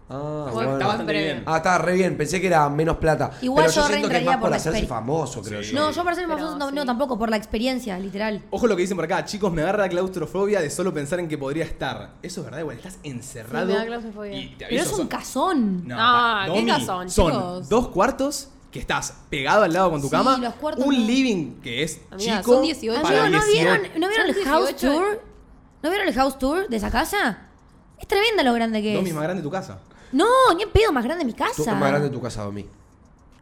Speaker 2: Ah,
Speaker 1: Bueno,
Speaker 2: bueno.
Speaker 4: Está bastante
Speaker 1: premio.
Speaker 4: bien.
Speaker 2: Ah, está re bien. Pensé que era menos plata.
Speaker 3: Igual
Speaker 2: Pero yo,
Speaker 3: yo re
Speaker 2: siento que es
Speaker 3: entraría
Speaker 2: más por
Speaker 3: por la
Speaker 2: hacerse
Speaker 3: experi-
Speaker 2: famoso, creo
Speaker 4: Sí.
Speaker 2: yo.
Speaker 3: No, yo para ser
Speaker 1: Pero,
Speaker 3: más no, no,
Speaker 1: sí.
Speaker 3: tampoco, por la experiencia, literal.
Speaker 4: Ojo lo que dicen por acá, chicos, me agarra claustrofobia de solo pensar en que podría estar. Eso es verdad, igual, estás encerrado.
Speaker 1: Sí, me da claustrofobia.
Speaker 4: y te
Speaker 3: Pero
Speaker 4: aviso,
Speaker 3: es un
Speaker 4: son-
Speaker 3: cazón.
Speaker 4: No,
Speaker 1: Ah,
Speaker 4: pa-
Speaker 1: ¿qué
Speaker 4: Domi,
Speaker 1: cazón,
Speaker 4: Son
Speaker 1: chicos?
Speaker 4: dos cuartos que estás pegado al lado con tu
Speaker 3: Sí,
Speaker 4: cama.
Speaker 3: los cuartos
Speaker 4: un
Speaker 3: no.
Speaker 4: living que es
Speaker 1: Amiga,
Speaker 4: chico.
Speaker 1: son 18.
Speaker 4: para
Speaker 3: Amigo, ¿no
Speaker 4: 18.
Speaker 3: vieron, ¿no vieron
Speaker 1: Son
Speaker 3: el house
Speaker 1: 18.
Speaker 3: tour? ¿No vieron el house tour de esa casa? Es tremenda lo grande que
Speaker 4: Domi
Speaker 3: es.
Speaker 4: es más grande tu casa.
Speaker 3: No, ni en pedo, más grande mi
Speaker 2: Tú,
Speaker 3: casa.
Speaker 2: más grande tu casa, Domi.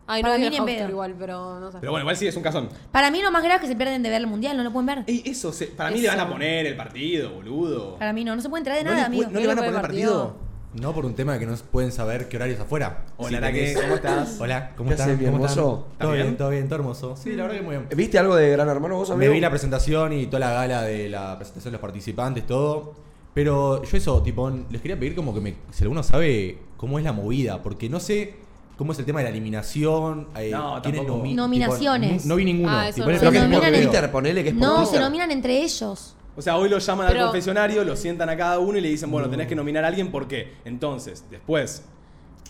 Speaker 1: Ay, no
Speaker 3: Para
Speaker 1: vi
Speaker 3: mí
Speaker 1: el
Speaker 3: ni en
Speaker 1: house
Speaker 3: pedo.
Speaker 1: tour igual, pero no sé.
Speaker 4: Pero bueno, igual sí es un cazón.
Speaker 3: Para mí lo más grave es que se pierden de ver el mundial, no lo pueden ver.
Speaker 4: Ey, eso, se- para mí le van a poner el partido, boludo.
Speaker 3: Para mí no, no se puede entrar de
Speaker 4: ¿No,
Speaker 3: nada,
Speaker 4: le,
Speaker 3: amigo.
Speaker 4: pu- no le van a
Speaker 1: ¿No le
Speaker 4: poner el
Speaker 1: puede partido?
Speaker 4: partido?
Speaker 7: No por un tema de que no pueden saber qué horario es afuera.
Speaker 4: Hola,
Speaker 7: Si tenés-
Speaker 4: Araque, ¿cómo estás?
Speaker 7: Hola, ¿cómo
Speaker 2: ¿Qué
Speaker 7: están?
Speaker 2: haces, mi
Speaker 7: ¿Cómo
Speaker 2: hermoso?
Speaker 7: están?
Speaker 4: ¿Estás
Speaker 7: Todo
Speaker 4: bien?
Speaker 7: bien, todo bien, todo hermoso. Sí, la verdad que muy bien.
Speaker 2: ¿Viste algo de Gran Hermano vos,
Speaker 7: Me
Speaker 2: amigo?
Speaker 7: vi la presentación y toda la gala de la presentación de los participantes, todo. Pero yo eso, tipo, les quería pedir como que me, si alguno sabe cómo es la movida, porque no sé cómo es el tema de la eliminación. eh,
Speaker 4: No,
Speaker 7: quiénes
Speaker 4: tampoco.
Speaker 7: tipo,
Speaker 3: Nominaciones.
Speaker 7: no, vi ninguno.
Speaker 1: Ah, eso
Speaker 7: Tipo,
Speaker 1: no
Speaker 7: en el
Speaker 1: sé.
Speaker 2: Creo que es por
Speaker 3: Nominan en-
Speaker 2: Twitter, ponele que es por
Speaker 3: No, se
Speaker 2: Twitter.
Speaker 3: nominan entre ellos.
Speaker 4: O sea, hoy lo llaman
Speaker 1: Pero-
Speaker 4: al confesionario, lo sientan a cada uno y le dicen, bueno, tenés que nominar a alguien porque. Entonces, después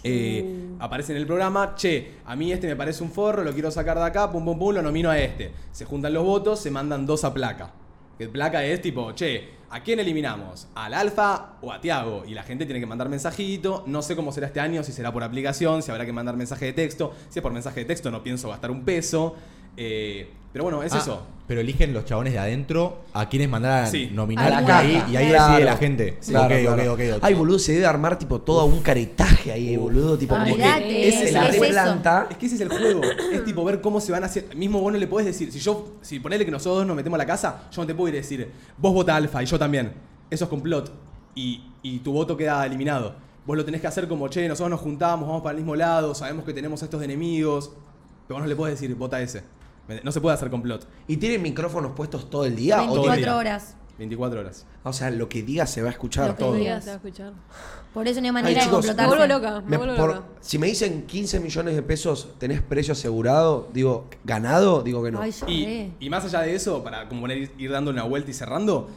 Speaker 4: eh, aparece en el programa, che, a mí este me parece un forro, lo quiero sacar de acá, pum, pum, pum, lo nomino a este. Se juntan los votos, se mandan dos a placa. Que placa es tipo, che, ¿a quién eliminamos? ¿Al Alfa o a Tiago? Y la gente tiene que mandar mensajito. No sé cómo será este año, si será por aplicación, si habrá que mandar mensaje de texto. Si es por mensaje de texto, no pienso gastar un peso. Eh, pero bueno, es
Speaker 7: Ah,
Speaker 4: eso.
Speaker 7: Pero eligen los chabones de adentro a quienes mandarán
Speaker 4: Sí.
Speaker 7: nominar
Speaker 2: A Ah, la
Speaker 7: y
Speaker 2: caja.
Speaker 7: ahí, y ahí
Speaker 2: Claro.
Speaker 7: decide la gente.
Speaker 2: Sí, claro,
Speaker 7: ok,
Speaker 2: claro.
Speaker 7: ok, ok, ok.
Speaker 2: Ay, boludo, se debe armar tipo todo un caretaje ahí, boludo. Tipo, como que
Speaker 3: Olvídate,
Speaker 2: ese
Speaker 1: es
Speaker 2: la
Speaker 1: eso.
Speaker 2: planta.
Speaker 4: Es que ese es el juego. es tipo ver cómo se van a hacer. Mismo vos no le podés decir. Si yo, si ponele que nosotros dos nos metemos a la casa, yo no te puedo ir a decir, vos vota alfa y yo también. Eso es complot. Y, y tu voto queda eliminado. Vos lo tenés que hacer como, che, nosotros nos juntamos, vamos para el mismo lado, sabemos que tenemos a estos enemigos. Pero vos no le podés decir, vota ese. Me- No se puede hacer complot.
Speaker 2: ¿Y tienen micrófonos puestos todo el día? O,
Speaker 4: todo el
Speaker 3: 24
Speaker 4: día.
Speaker 3: horas.
Speaker 4: 24 horas.
Speaker 2: o sea, lo que diga se va a
Speaker 3: Lo
Speaker 2: escuchar
Speaker 3: que
Speaker 2: todo.
Speaker 3: diga.
Speaker 1: Te va a escuchar.
Speaker 3: Por eso no hay
Speaker 2: Ay,
Speaker 3: manera de
Speaker 2: chicos,
Speaker 1: Me vuelvo
Speaker 3: complotarse.
Speaker 1: loca, me
Speaker 2: me-
Speaker 1: vuelvo
Speaker 2: por-
Speaker 1: loca.
Speaker 2: si me dicen 15 millones de pesos, ¿tenés precio asegurado? Digo, ¿ganado? Digo que no.
Speaker 3: Ay, yo
Speaker 4: Y,
Speaker 3: re.
Speaker 4: y más allá de eso, para como poner- ir dando una vuelta y cerrando,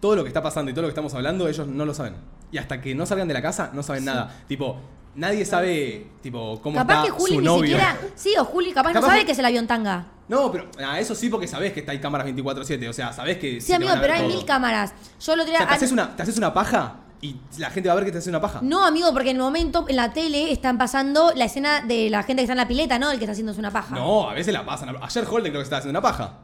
Speaker 4: todo lo que está pasando y todo lo que estamos hablando, ellos no lo saben. Y hasta que no salgan de la casa, no saben nada. Tipo, nadie sabe, tipo, cómo
Speaker 3: Capaz
Speaker 4: está
Speaker 3: que Juli
Speaker 4: su
Speaker 3: ni
Speaker 4: novio.
Speaker 3: siquiera. Sí, o Juli capaz,
Speaker 4: Capaz
Speaker 3: no sabe
Speaker 4: que-
Speaker 3: que se la vio en tanga.
Speaker 4: No, pero ah, eso sí porque sabés que está, hay cámaras 24-7. O sea, sabés que.
Speaker 3: Sí,
Speaker 4: te
Speaker 3: amigo,
Speaker 4: van a ver
Speaker 3: pero hay
Speaker 4: todo.
Speaker 3: mil cámaras. Yo lo
Speaker 4: O
Speaker 3: tenía.
Speaker 4: sea, te haces, una, te haces una paja y la gente va a ver que te haces una paja.
Speaker 3: No, amigo, porque en el momento en la tele están pasando la escena de la gente que está en la pileta, ¿no? El que está haciéndose una paja.
Speaker 4: No, a veces la pasan. Ayer Holden creo que estaba haciendo una paja.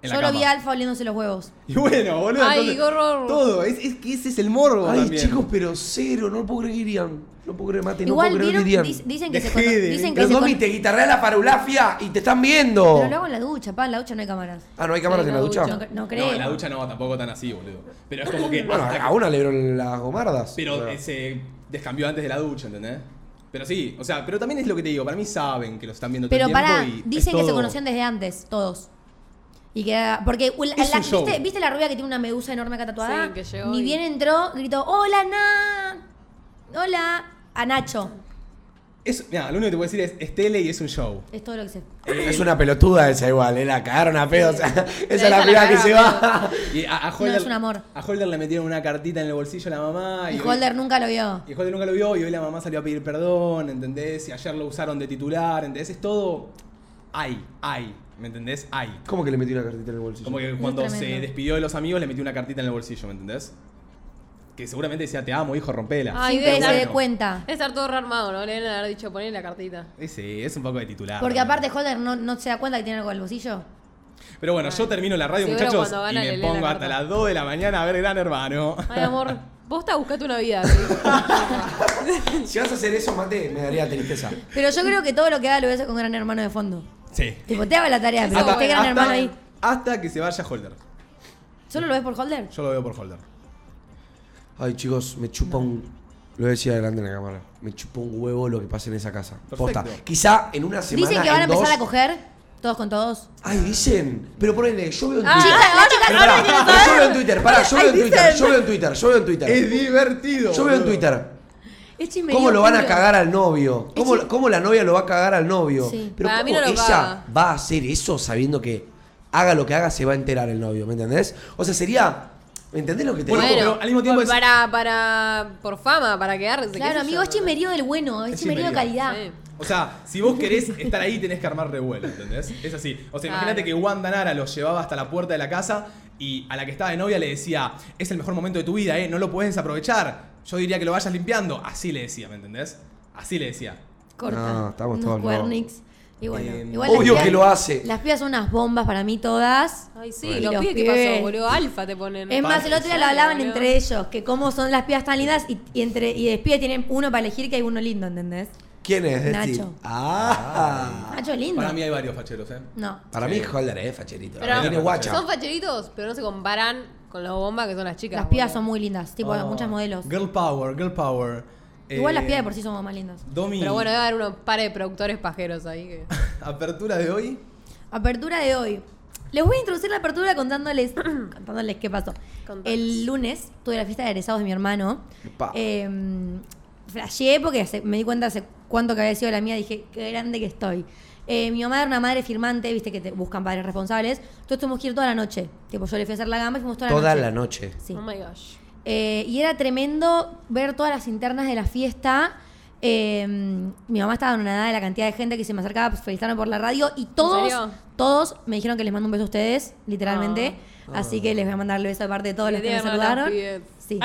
Speaker 4: En la
Speaker 3: Yo lo
Speaker 4: cama.
Speaker 3: vi a Alfa oliéndose los huevos.
Speaker 4: Y bueno, boludo.
Speaker 1: Ay,
Speaker 4: entonces,
Speaker 1: qué horror.
Speaker 4: Todo. Es, es que ese es el morbo
Speaker 2: Ay,
Speaker 4: también.
Speaker 2: chicos, pero cero. No puedo creer que irían. No puedo creer, Mate.
Speaker 3: Igual
Speaker 2: no puedo
Speaker 3: vieron,
Speaker 2: creer que irían.
Speaker 3: dic- dicen que se
Speaker 4: Dejé
Speaker 3: cono-
Speaker 4: de-
Speaker 3: dicen que
Speaker 2: pero
Speaker 3: se
Speaker 2: Domi,
Speaker 3: cono-
Speaker 2: te guitarrea la farulafia y te están viendo.
Speaker 3: Pero lo hago en la ducha, pa, en la ducha no hay cámaras.
Speaker 2: Ah, ¿no hay cámaras
Speaker 1: Sí,
Speaker 2: en la
Speaker 1: la
Speaker 2: ducha?
Speaker 1: ducha.
Speaker 3: No, cre- no creo.
Speaker 4: No, en la ducha no, tampoco tan así, boludo. Pero es como que.
Speaker 2: Bueno,
Speaker 4: hasta-
Speaker 2: a una le vieron las gomardas. O
Speaker 4: pero
Speaker 2: sea.
Speaker 4: eh, se descambió antes de la ducha, ¿entendés? Pero sí, o sea, pero también es lo que te digo, para mí saben que lo están viendo todo
Speaker 3: Pero
Speaker 4: el tiempo
Speaker 3: pará,
Speaker 4: y es
Speaker 3: dicen que se
Speaker 4: todo-
Speaker 3: conocían desde antes, todos. Y que era- porque uh, la-
Speaker 4: Es
Speaker 3: la-
Speaker 4: un show.
Speaker 3: ¿viste, viste la rubia que tiene una medusa enorme acá tatuada?
Speaker 1: Sí, que llegó
Speaker 3: Ni
Speaker 1: y-
Speaker 3: bien entró, gritó, hola, Na. Hola, a Nacho.
Speaker 4: Es, mira, lo único que te puedo decir es, es tele y es un show.
Speaker 3: Es todo lo que sé.
Speaker 4: eh,
Speaker 2: Es una pelotuda esa igual, ¿eh? la cagaron a pedo. o sea, esa es
Speaker 1: la
Speaker 2: la primera que se
Speaker 1: cagaron
Speaker 2: va.
Speaker 4: Y a, a
Speaker 3: No, es un amor.
Speaker 4: A Holder le metieron una cartita en el bolsillo a la mamá.
Speaker 3: Y
Speaker 4: hoy-
Speaker 3: Holder nunca lo vio.
Speaker 4: y Holder nunca lo vio y hoy la mamá salió a pedir perdón, ¿entendés? Y ayer lo usaron de titular, ¿entendés? Es todo... Ay, ay, ¿me entendés? Ay.
Speaker 2: ¿Cómo que le metí una cartita en el bolsillo?
Speaker 4: Como que cuando se
Speaker 3: tremendo.
Speaker 4: despidió de los amigos le metió una cartita en el bolsillo, ¿me entendés? Que seguramente decía, te amo, hijo, rompela.
Speaker 1: Ay,
Speaker 3: Sin que
Speaker 1: de-
Speaker 3: se dé
Speaker 1: claro.
Speaker 3: cuenta.
Speaker 1: Debe estar todo re armado, ¿no? Le deben haber dicho, poner la cartita.
Speaker 4: Ese es un poco de titular.
Speaker 3: Porque
Speaker 4: ¿no?
Speaker 3: aparte Holder no, no se da cuenta que tiene algo en el bolsillo.
Speaker 4: Pero bueno, yo termino la radio,
Speaker 1: Seguro
Speaker 4: muchachos,
Speaker 1: cuando van
Speaker 4: y
Speaker 1: a
Speaker 4: me
Speaker 1: leer la
Speaker 4: pongo hasta
Speaker 1: carta.
Speaker 4: las 2 de la mañana a ver Gran Hermano.
Speaker 1: Ay, amor, vos te buscate una vida. ¿sí?
Speaker 2: Si vas a hacer eso, mate, me daría tristeza.
Speaker 3: Pero yo creo que todo lo que haga lo voy a hacer con Gran Hermano de fondo.
Speaker 4: Sí.
Speaker 3: Tipo, te hago la tarea, pero que
Speaker 1: Hasta-
Speaker 3: esté Gran
Speaker 4: hasta-
Speaker 3: Hermano ahí.
Speaker 4: hasta que se vaya Holder.
Speaker 3: ¿Solo lo ves por Holder?
Speaker 4: Yo lo veo por Holder.
Speaker 2: Ay, chicos, me chupa un. Lo decía delante en la cámara. Me chupa un huevo lo que pasa en esa casa.
Speaker 4: Perfecto.
Speaker 2: Posta. Quizá en una semana.
Speaker 3: Dicen que van a
Speaker 2: en
Speaker 3: empezar
Speaker 2: dos-
Speaker 3: a coger todos con todos.
Speaker 2: Ay, dicen. Pero ponele, yo veo en
Speaker 1: Ah,
Speaker 2: Twitter.
Speaker 1: chicas,
Speaker 3: la chica
Speaker 2: Pero pará, pero yo veo en Twitter, pará, yo veo en Twitter, yo veo en Twitter, yo veo en
Speaker 4: Es
Speaker 2: Twitter.
Speaker 4: divertido.
Speaker 2: Yo veo en
Speaker 4: boludo.
Speaker 2: Twitter.
Speaker 3: Es chisme,
Speaker 2: ¿Cómo
Speaker 3: yo
Speaker 2: lo van a
Speaker 3: juro.
Speaker 2: cagar al novio? ¿Cómo, cómo la novia lo va a cagar al novio?
Speaker 3: Sí.
Speaker 2: Pero
Speaker 1: Para
Speaker 2: ¿cómo
Speaker 1: mí no lo
Speaker 2: ella
Speaker 1: caga.
Speaker 2: va a hacer eso sabiendo que haga lo que haga se va a enterar el novio, ¿me entendés? O sea, sería... ¿Me entendés lo que te
Speaker 4: Bueno,
Speaker 2: digo?
Speaker 4: pero al mismo tiempo
Speaker 1: por-
Speaker 4: es-
Speaker 1: para, para, por fama, para quedarse. qué sé
Speaker 3: Claro, amigo,
Speaker 1: yo,
Speaker 3: es chismerío del bueno, es
Speaker 4: Es
Speaker 3: chismerío de
Speaker 4: chismerío.
Speaker 3: calidad.
Speaker 1: Sí.
Speaker 4: O sea, si vos querés estar ahí, tenés que armar revuelo, ¿entendés? Es así. O sea, imagínate
Speaker 1: Claro.
Speaker 4: que Wanda Nara los llevaba hasta la puerta de la casa y a la que estaba de novia le decía, es el mejor momento de tu vida, ¿eh? No lo puedes desaprovechar. Yo diría que lo vayas limpiando. Así le decía, ¿me entendés? Así le decía.
Speaker 3: Corta.
Speaker 2: No, estamos
Speaker 3: Unos
Speaker 2: todos locos.
Speaker 3: cuernix. Y bueno,
Speaker 4: Eh,
Speaker 3: igual las
Speaker 2: obvio
Speaker 3: pibas-
Speaker 2: que lo hace.
Speaker 3: Las pibas son unas bombas para mí todas.
Speaker 1: Ay, sí,
Speaker 3: Bueno.
Speaker 1: los,
Speaker 3: Los
Speaker 1: pibes, ¿qué
Speaker 3: pibes.
Speaker 1: pasó, boludo? Alfa te ponen.
Speaker 3: Es más, el otro día lo
Speaker 1: Ay,
Speaker 3: hablaban
Speaker 1: boludo.
Speaker 3: entre ellos, que cómo son las pibas tan lindas y, y entre y de pibes tienen uno para elegir que hay uno lindo, ¿entendés?
Speaker 2: ¿Quién es? este?
Speaker 3: Nacho.
Speaker 2: Ah.
Speaker 3: Nacho es lindo.
Speaker 4: Para mí hay varios facheros, ¿eh?
Speaker 3: No.
Speaker 2: Para mí, Holder es facherito.
Speaker 1: Pero-
Speaker 2: tiene guacha.
Speaker 1: Son facheritos, pero no se comparan con las bombas que son las chicas.
Speaker 3: Las pibas
Speaker 1: boludo.
Speaker 3: son muy lindas, tipo
Speaker 4: Oh,
Speaker 3: muchas modelos.
Speaker 4: Girl power, girl power.
Speaker 3: Igual las
Speaker 4: Eh,
Speaker 3: pibas de por sí somos más lindas.
Speaker 4: Domi,
Speaker 1: Pero
Speaker 3: eh.
Speaker 1: bueno, debe haber unos pares de productores pajeros ahí. que-
Speaker 4: apertura de hoy.
Speaker 3: Apertura de hoy. Les voy a introducir la apertura contándoles, contándoles qué pasó.
Speaker 1: Contanos.
Speaker 3: El lunes tuve la fiesta de egresados de mi hermano.
Speaker 2: Epa.
Speaker 3: Eh, flasheé porque hace- me di cuenta hace cuánto que había sido la mía. Dije, qué grande que estoy. Eh, mi mamá era una madre firmante, viste que te buscan padres responsables. Entonces tuvimos que ir toda la noche. Tipo, yo le fui a hacer la gama y fuimos toda la
Speaker 2: Toda
Speaker 3: noche.
Speaker 2: la noche.
Speaker 3: Sí.
Speaker 1: Oh my gosh.
Speaker 3: Eh, y era tremendo ver todas las internas de la fiesta. Eh, mi mamá estaba anonadada de la cantidad de gente que se me acercaba pues, felicitarme por la radio. Y todos,
Speaker 1: serio?
Speaker 3: todos me dijeron que les mando un beso a ustedes, literalmente. Así que les voy a mandar el beso de parte de todos
Speaker 1: Qué
Speaker 3: los que me
Speaker 1: tiernos los
Speaker 3: saludaron.
Speaker 1: pibes.
Speaker 3: Sí.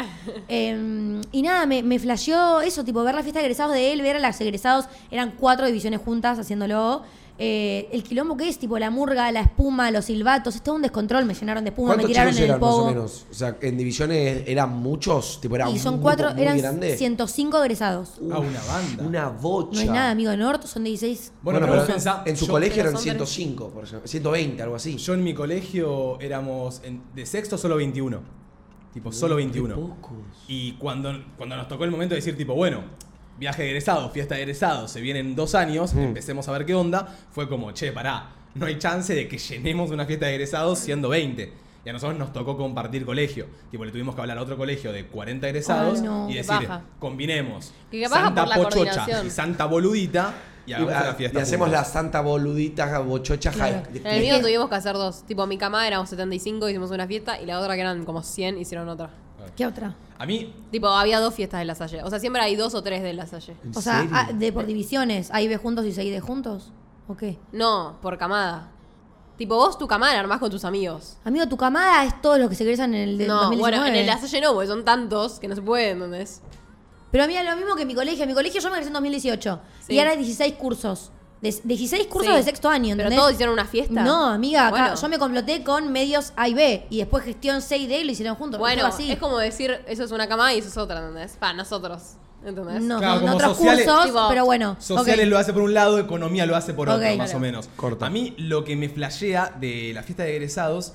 Speaker 3: Eh, y nada, me, me flasheó eso, tipo, ver la fiesta de egresados de él, ver a las egresados, eran cuatro divisiones juntas haciéndolo. Eh, el quilombo que es, tipo, la murga, la espuma, los silbatos, es todo un descontrol, me llenaron de espuma, me
Speaker 2: ¿Cuántos
Speaker 3: tiraron
Speaker 2: chicos
Speaker 3: en el
Speaker 2: eran más o
Speaker 3: pogo.
Speaker 2: menos? O sea, en divisiones eran muchos. Tipo, era
Speaker 3: Y
Speaker 2: un
Speaker 3: son
Speaker 2: grupo
Speaker 3: cuatro,
Speaker 2: muy
Speaker 3: eran
Speaker 2: grande.
Speaker 3: 105 egresados.
Speaker 4: Ah, una banda.
Speaker 2: Una bocha.
Speaker 3: No es nada, amigo, en Norte son 16.
Speaker 2: Bueno,
Speaker 4: Bueno,
Speaker 2: pero
Speaker 4: pero vos pensá,
Speaker 2: en su
Speaker 4: yo-
Speaker 2: colegio
Speaker 1: pero
Speaker 2: eran
Speaker 1: son
Speaker 2: 105, por ejemplo, 120, algo así.
Speaker 4: Yo en mi colegio éramos en- de sexto solo 21. Tipo, solo 21. Y cuando, cuando nos tocó el momento de decir, tipo, bueno, viaje de egresado, fiesta de egresado, se vienen dos
Speaker 2: Mm.
Speaker 4: años, empecemos a ver qué onda, fue como, che, pará, no hay chance de que llenemos una fiesta de egresados siendo 20. Y a nosotros nos tocó compartir colegio. Tipo, le tuvimos que hablar a otro colegio de 40 egresados
Speaker 3: Ay, no.
Speaker 4: y
Speaker 1: Qué
Speaker 4: decir,
Speaker 1: paja.
Speaker 4: combinemos
Speaker 1: Que qué paja
Speaker 4: Santa
Speaker 1: por la
Speaker 4: Pochocha
Speaker 1: coordinación.
Speaker 4: y Santa Boludita y
Speaker 2: Y,
Speaker 4: hagamos
Speaker 2: ah,
Speaker 4: una fiesta.
Speaker 2: y hacemos
Speaker 4: juntos.
Speaker 2: la santa boludita bochocha
Speaker 3: Claro.
Speaker 2: high.
Speaker 1: En el mío tuvimos que hacer dos. Tipo, mi cama éramos 75, hicimos una fiesta, y la otra que eran como 100, hicieron otra.
Speaker 3: ¿Qué otra?
Speaker 4: A mí,
Speaker 1: Tipo, había dos fiestas de la Salle. O sea, siempre hay dos o tres de la Salle.
Speaker 2: ¿En
Speaker 3: O sea,
Speaker 2: serio?
Speaker 3: ah, de por divisiones, ¿hay B juntos y 6 D juntos? ¿O qué?
Speaker 1: No, por camada. Tipo, vos tu camada la armás con tus amigos.
Speaker 3: Amigo, tu camada es todos los que se egresan en el de
Speaker 1: no,
Speaker 3: 2019.
Speaker 1: bueno, en el de la Salle no, porque son tantos que no se pueden, ¿entendés?
Speaker 3: Pero mira, lo mismo que en mi colegio. En mi colegio yo me egresé en 2018.
Speaker 1: Sí.
Speaker 3: Y ahora hay 16 cursos. De- 16 cursos
Speaker 1: Sí.
Speaker 3: de sexto año,
Speaker 1: Pero
Speaker 3: ¿entendés?
Speaker 1: todos hicieron una fiesta.
Speaker 3: No, amiga, acá
Speaker 1: Bueno.
Speaker 3: yo me comploté con medios A y B. Y después gestión C y D y lo hicieron juntos.
Speaker 1: Bueno,
Speaker 3: Estuvo así.
Speaker 1: es como decir, eso es una camada y eso es otra, ¿entendés? Para nosotros, ¿entendés?
Speaker 3: No,
Speaker 4: Claro,
Speaker 3: no,
Speaker 4: como
Speaker 3: otros
Speaker 4: sociales-
Speaker 3: cursos,
Speaker 1: Tipo,
Speaker 3: pero bueno.
Speaker 4: Sociales
Speaker 3: ok.
Speaker 4: lo hace por un lado, economía lo hace por otro,
Speaker 3: Ok.
Speaker 4: más
Speaker 1: Claro.
Speaker 4: o menos.
Speaker 2: Corta.
Speaker 4: A mí lo que me flashea de la fiesta de egresados,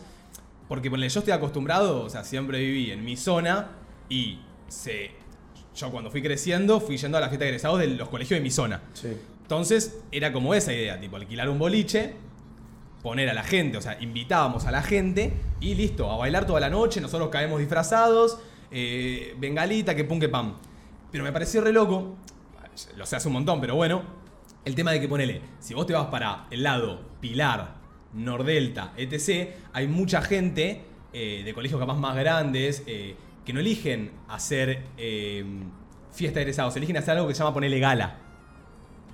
Speaker 4: porque ponele, yo estoy acostumbrado, o sea, siempre viví en mi zona y se, yo cuando fui creciendo fui yendo a la fiesta de egresados de los colegios de mi zona.
Speaker 2: Sí.
Speaker 4: Entonces era como esa idea, tipo alquilar un boliche, poner a la gente, o sea, invitábamos a la gente y listo, a bailar toda la noche, nosotros caemos disfrazados, eh, bengalita, que pum, que pam. Pero me pareció re loco, lo sé hace un montón, pero bueno, el tema de que ponele, si vos te vas para el lado Pilar, Nordelta, etc., hay mucha gente eh, de colegios capaz más grandes eh, que no eligen hacer eh, fiesta de egresados, eligen hacer algo que se llama ponerle gala.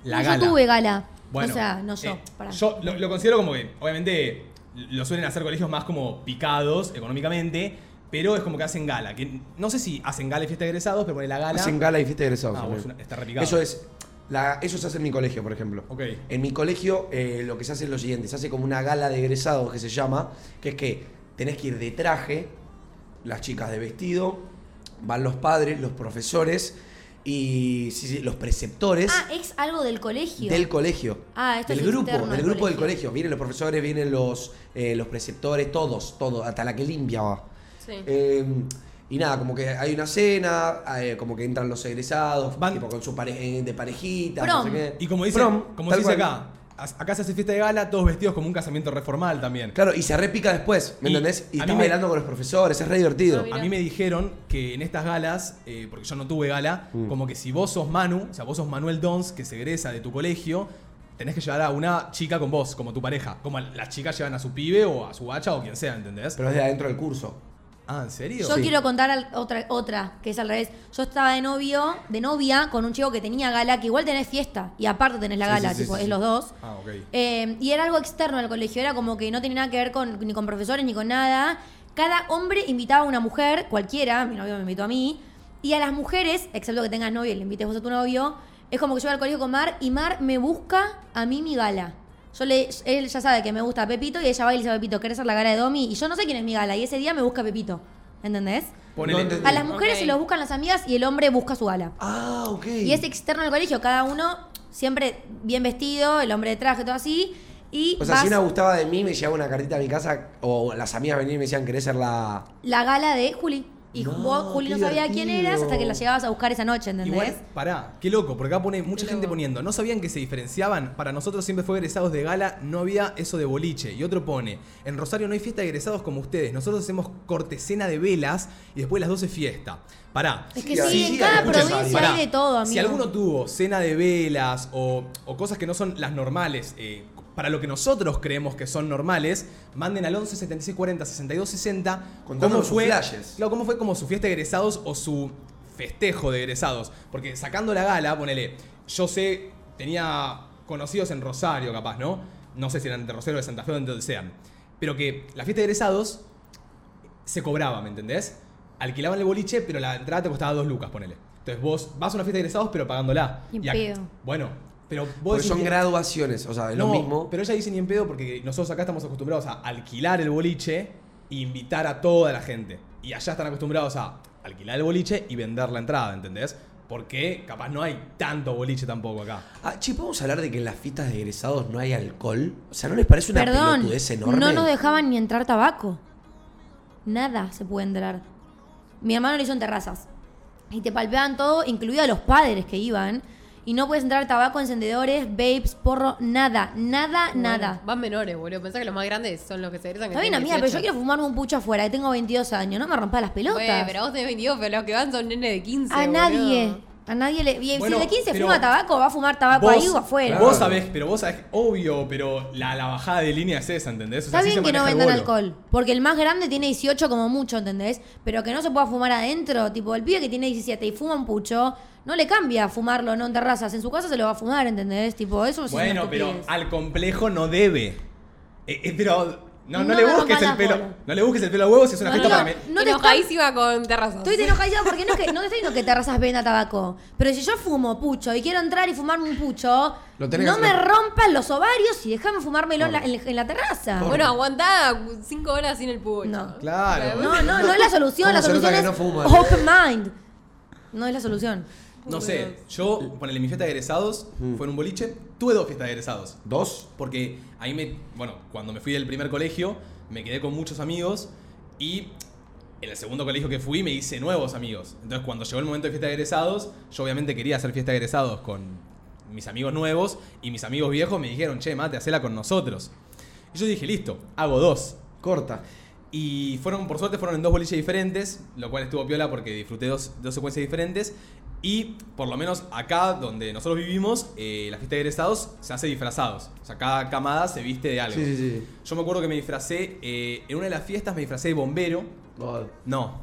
Speaker 4: La
Speaker 3: yo
Speaker 4: gala.
Speaker 3: tuve gala.
Speaker 4: Bueno,
Speaker 3: o sea, no yo.
Speaker 4: eh,
Speaker 3: pará.
Speaker 4: yo lo, lo considero como que, obviamente, lo suelen hacer colegios más como picados económicamente, pero es como que hacen gala. Que no sé si hacen gala y fiesta de egresados, pero ponen la gala.
Speaker 2: Hacen gala y fiesta de egresados.
Speaker 4: Ah,
Speaker 2: también.
Speaker 4: vos una- está repicado.
Speaker 2: Eso es. la- eso se hace en mi colegio, por ejemplo.
Speaker 4: Ok.
Speaker 2: En mi colegio eh, lo que se hace es lo siguiente: se hace como una gala de egresados que se llama, que es que tenés que ir de traje, las chicas de vestido, van los padres, los profesores y sí, sí, los preceptores
Speaker 3: Ah, es algo del colegio.
Speaker 2: del colegio.
Speaker 3: Ah, esto
Speaker 2: del
Speaker 3: es
Speaker 2: grupo,
Speaker 3: interno
Speaker 2: del
Speaker 3: del
Speaker 2: grupo del
Speaker 3: colegio.
Speaker 2: colegio. Vienen los profesores, vienen los, eh, los preceptores, todos, todos, hasta la que limpia va.
Speaker 1: Sí.
Speaker 2: Eh, y nada, como que hay una cena, eh, como que entran los egresados,
Speaker 4: Van-
Speaker 2: tipo con su pare- eh, de parejita,
Speaker 3: Prom.
Speaker 2: no sé qué.
Speaker 4: Y como dice,
Speaker 2: Prom,
Speaker 4: como se
Speaker 2: tal
Speaker 4: dice
Speaker 2: cual.
Speaker 4: acá, as- acá se hace fiesta de gala, todos vestidos como un casamiento reformal también.
Speaker 2: Claro, y se repica después, ¿me
Speaker 4: Y
Speaker 2: entendés? Y
Speaker 4: a mí
Speaker 2: estás
Speaker 4: me-
Speaker 2: bailando con los profesores, es re divertido.
Speaker 1: Ah,
Speaker 4: A mí me dijeron que en estas galas, eh, porque yo no tuve gala,
Speaker 2: Mm.
Speaker 4: como que si vos sos Manu, o sea, vos sos Manuel Dons, que se egresa de tu colegio, tenés que llevar a una chica con vos, como tu pareja. Como las chicas llevan a su pibe o a su hacha o quien sea, ¿entendés?
Speaker 2: Pero es de adentro del curso.
Speaker 4: ah, ¿en serio?
Speaker 3: Yo
Speaker 2: Sí.
Speaker 3: quiero contar al- otra, otra, que es al revés. Yo estaba de novio, de novia, con un chico que tenía gala, que igual tenés fiesta, y aparte tenés la
Speaker 4: Sí,
Speaker 3: gala,
Speaker 4: sí, sí,
Speaker 3: tipo,
Speaker 4: sí,
Speaker 3: es
Speaker 4: sí.
Speaker 3: los dos.
Speaker 4: Ah, ok.
Speaker 3: Eh, y era algo externo al colegio, era como que no tenía nada que ver con, ni con profesores ni con nada. Cada hombre invitaba a una mujer, cualquiera, mi novio me invitó a mí, y a las mujeres, excepto que tengas novio y le invites vos a tu novio, Es como que yo voy al colegio con Mar y Mar me busca a mí mi gala. Yo le, él ya sabe que me gusta Pepito y ella va y le dice a Pepito, ¿querés ser la gala de Domi? Y yo no sé quién es mi gala y ese día me busca Pepito. ¿Entendés?
Speaker 4: Ponele.
Speaker 3: A las mujeres
Speaker 1: Ok.
Speaker 3: se los buscan las amigas y el hombre busca su gala.
Speaker 2: Ah, ok.
Speaker 3: Y es externo al colegio, cada uno siempre bien vestido, el hombre de traje, todo así. Y
Speaker 2: O sea,
Speaker 3: vas-
Speaker 2: si una gustaba de mí, me llevaba una cartita a mi casa, o las amigas venían y me decían, ¿querés ser la...?
Speaker 3: la gala de Juli. Y
Speaker 2: No,
Speaker 3: vos, Juli no
Speaker 2: qué
Speaker 3: sabía quién
Speaker 2: divertido.
Speaker 3: eras hasta que la llegabas a buscar esa noche, ¿entendés?
Speaker 4: Igual, pará, qué loco, porque acá pone mucha gente poniendo, no sabían que se diferenciaban, para nosotros siempre fue egresados de gala, no había eso de boliche. Y otro pone, en Rosario no hay fiesta de egresados como ustedes, nosotros hacemos cortesena de velas y después de las 12 fiesta. Pará.
Speaker 3: es que
Speaker 2: Sí,
Speaker 3: sí,
Speaker 2: sí,
Speaker 3: en
Speaker 2: sí,
Speaker 3: cada
Speaker 2: hay muchas
Speaker 3: provincia
Speaker 2: áreas.
Speaker 3: hay de todo, amigo.
Speaker 4: Si alguno tuvo cena de velas o, o cosas que no son las normales, eh, para lo que nosotros creemos que son normales, manden al 11 76 40 62 60
Speaker 2: Contándonos sus flashes.
Speaker 4: Claro, cómo fue como su fiesta de egresados o su festejo de egresados. Porque sacando la gala, ponele, yo sé, tenía conocidos en Rosario capaz, ¿no? No sé si eran de Rosario o de Santa Fe o de donde sean. Pero que la fiesta de egresados se cobraba, ¿me entendés? Alquilaban el boliche, pero la entrada te costaba dos lucas, ponele. Entonces vos vas a una fiesta de egresados, pero pagándola.
Speaker 3: Ni en
Speaker 4: Y ac-
Speaker 3: pedo.
Speaker 4: Bueno, pero vos
Speaker 2: Porque
Speaker 4: decís
Speaker 2: son
Speaker 4: que-
Speaker 2: graduaciones, o sea, es
Speaker 4: no,
Speaker 2: lo mismo.
Speaker 4: Pero ella dice ni en pedo porque nosotros acá estamos acostumbrados a alquilar el boliche e invitar a toda la gente. Y allá están acostumbrados a alquilar el boliche y vender la entrada, ¿entendés? Porque capaz no hay tanto boliche tampoco acá.
Speaker 2: Ah, che, ¿podemos hablar de que en las fiestas de egresados no hay alcohol? O sea, ¿no les parece una
Speaker 3: Perdón,
Speaker 2: pelotudez enorme?
Speaker 3: no nos dejaban ni entrar tabaco. Nada se puede entrar. Mi hermano lo hizo en terrazas. Y te palpeaban todo, incluido a los padres que iban. Y no puedes entrar tabaco, encendedores, vapes, porro, nada, nada, nada.
Speaker 1: Van menores, boludo. Pensá que los más grandes son los que se egresan. que
Speaker 3: Está bien,
Speaker 1: tienen
Speaker 3: amiga, pero yo
Speaker 1: 18.
Speaker 3: quiero fumarme un pucho afuera, que tengo 22 años, no me rompas las pelotas.
Speaker 1: Güey, pero vos tenés 22, pero los que van son nenes de 15.
Speaker 3: a
Speaker 1: boludo.
Speaker 3: nadie, a nadie le. y
Speaker 4: Bueno,
Speaker 3: si el de 15
Speaker 4: pero
Speaker 3: fuma tabaco, va a fumar tabaco Ah, pues ahí o afuera.
Speaker 4: Vos sabés, pero vos sabés, obvio, pero la, la bajada de línea es esa, ¿entendés? O
Speaker 3: Está
Speaker 4: sea, así
Speaker 3: bien
Speaker 4: se
Speaker 3: que no
Speaker 4: maneja el
Speaker 3: vendan
Speaker 4: bolo.
Speaker 3: alcohol, porque el más grande tiene 18 como mucho, ¿entendés? Pero que no se pueda fumar adentro, tipo el pibe que tiene 17 y fuma un pucho, no le cambia fumarlo no en terrazas, en su casa se lo va a fumar, ¿entendés? Tipo, eso sí es una
Speaker 4: Bueno, pero
Speaker 3: estupidez.
Speaker 4: al complejo no debe. Eh, eh, pero no, no
Speaker 3: No
Speaker 4: le
Speaker 3: rompas
Speaker 4: busques el
Speaker 3: las
Speaker 4: pelo.
Speaker 3: bolas.
Speaker 4: No le busques el pelo a huevos, es una
Speaker 1: No,
Speaker 4: fiesta
Speaker 1: no,
Speaker 4: para mí.
Speaker 1: no,
Speaker 3: te
Speaker 1: enojadísima con terrazas.
Speaker 3: Estoy enojadísima porque no, es que, no te estoy diciendo que terrazas venda tabaco, pero si yo fumo pucho y quiero entrar y fumarme un pucho,
Speaker 2: Lo tenés que
Speaker 3: no me
Speaker 2: hacer.
Speaker 3: rompan los ovarios y déjame fumármelo en la, en la- en la terraza.
Speaker 1: Bueno, aguantá 5 horas sin el pucho.
Speaker 3: No.
Speaker 4: Claro.
Speaker 3: No, no, no es la solución,
Speaker 2: ¿Cómo
Speaker 3: la
Speaker 2: se nota
Speaker 3: solución
Speaker 2: que
Speaker 3: es
Speaker 2: no fuman?
Speaker 3: open mind. No es la solución.
Speaker 4: No sé, yo, ponele mi fiesta de egresados, fue en un boliche, tuve dos fiestas de egresados.
Speaker 2: ¿Dos?
Speaker 4: Porque ahí me, bueno, cuando me fui del primer colegio, me quedé con muchos amigos y en el segundo colegio que fui me hice nuevos amigos. Entonces cuando llegó el momento de fiesta de egresados, yo obviamente quería hacer fiesta de egresados con mis amigos nuevos y mis amigos viejos me dijeron, che, mate, hacela con nosotros. Y yo dije, listo, hago dos.
Speaker 2: Corta.
Speaker 4: Y fueron, por suerte, fueron en dos boliches diferentes, lo cual estuvo piola porque disfruté dos, dos secuencias diferentes. Y por lo menos acá donde nosotros vivimos, eh, la fiesta de egresados se hace disfrazados. O sea, cada camada se viste de algo.
Speaker 2: Sí, sí, sí.
Speaker 4: Yo me acuerdo que me disfracé, eh, en una de las fiestas me disfracé de bombero.
Speaker 2: No,
Speaker 4: No,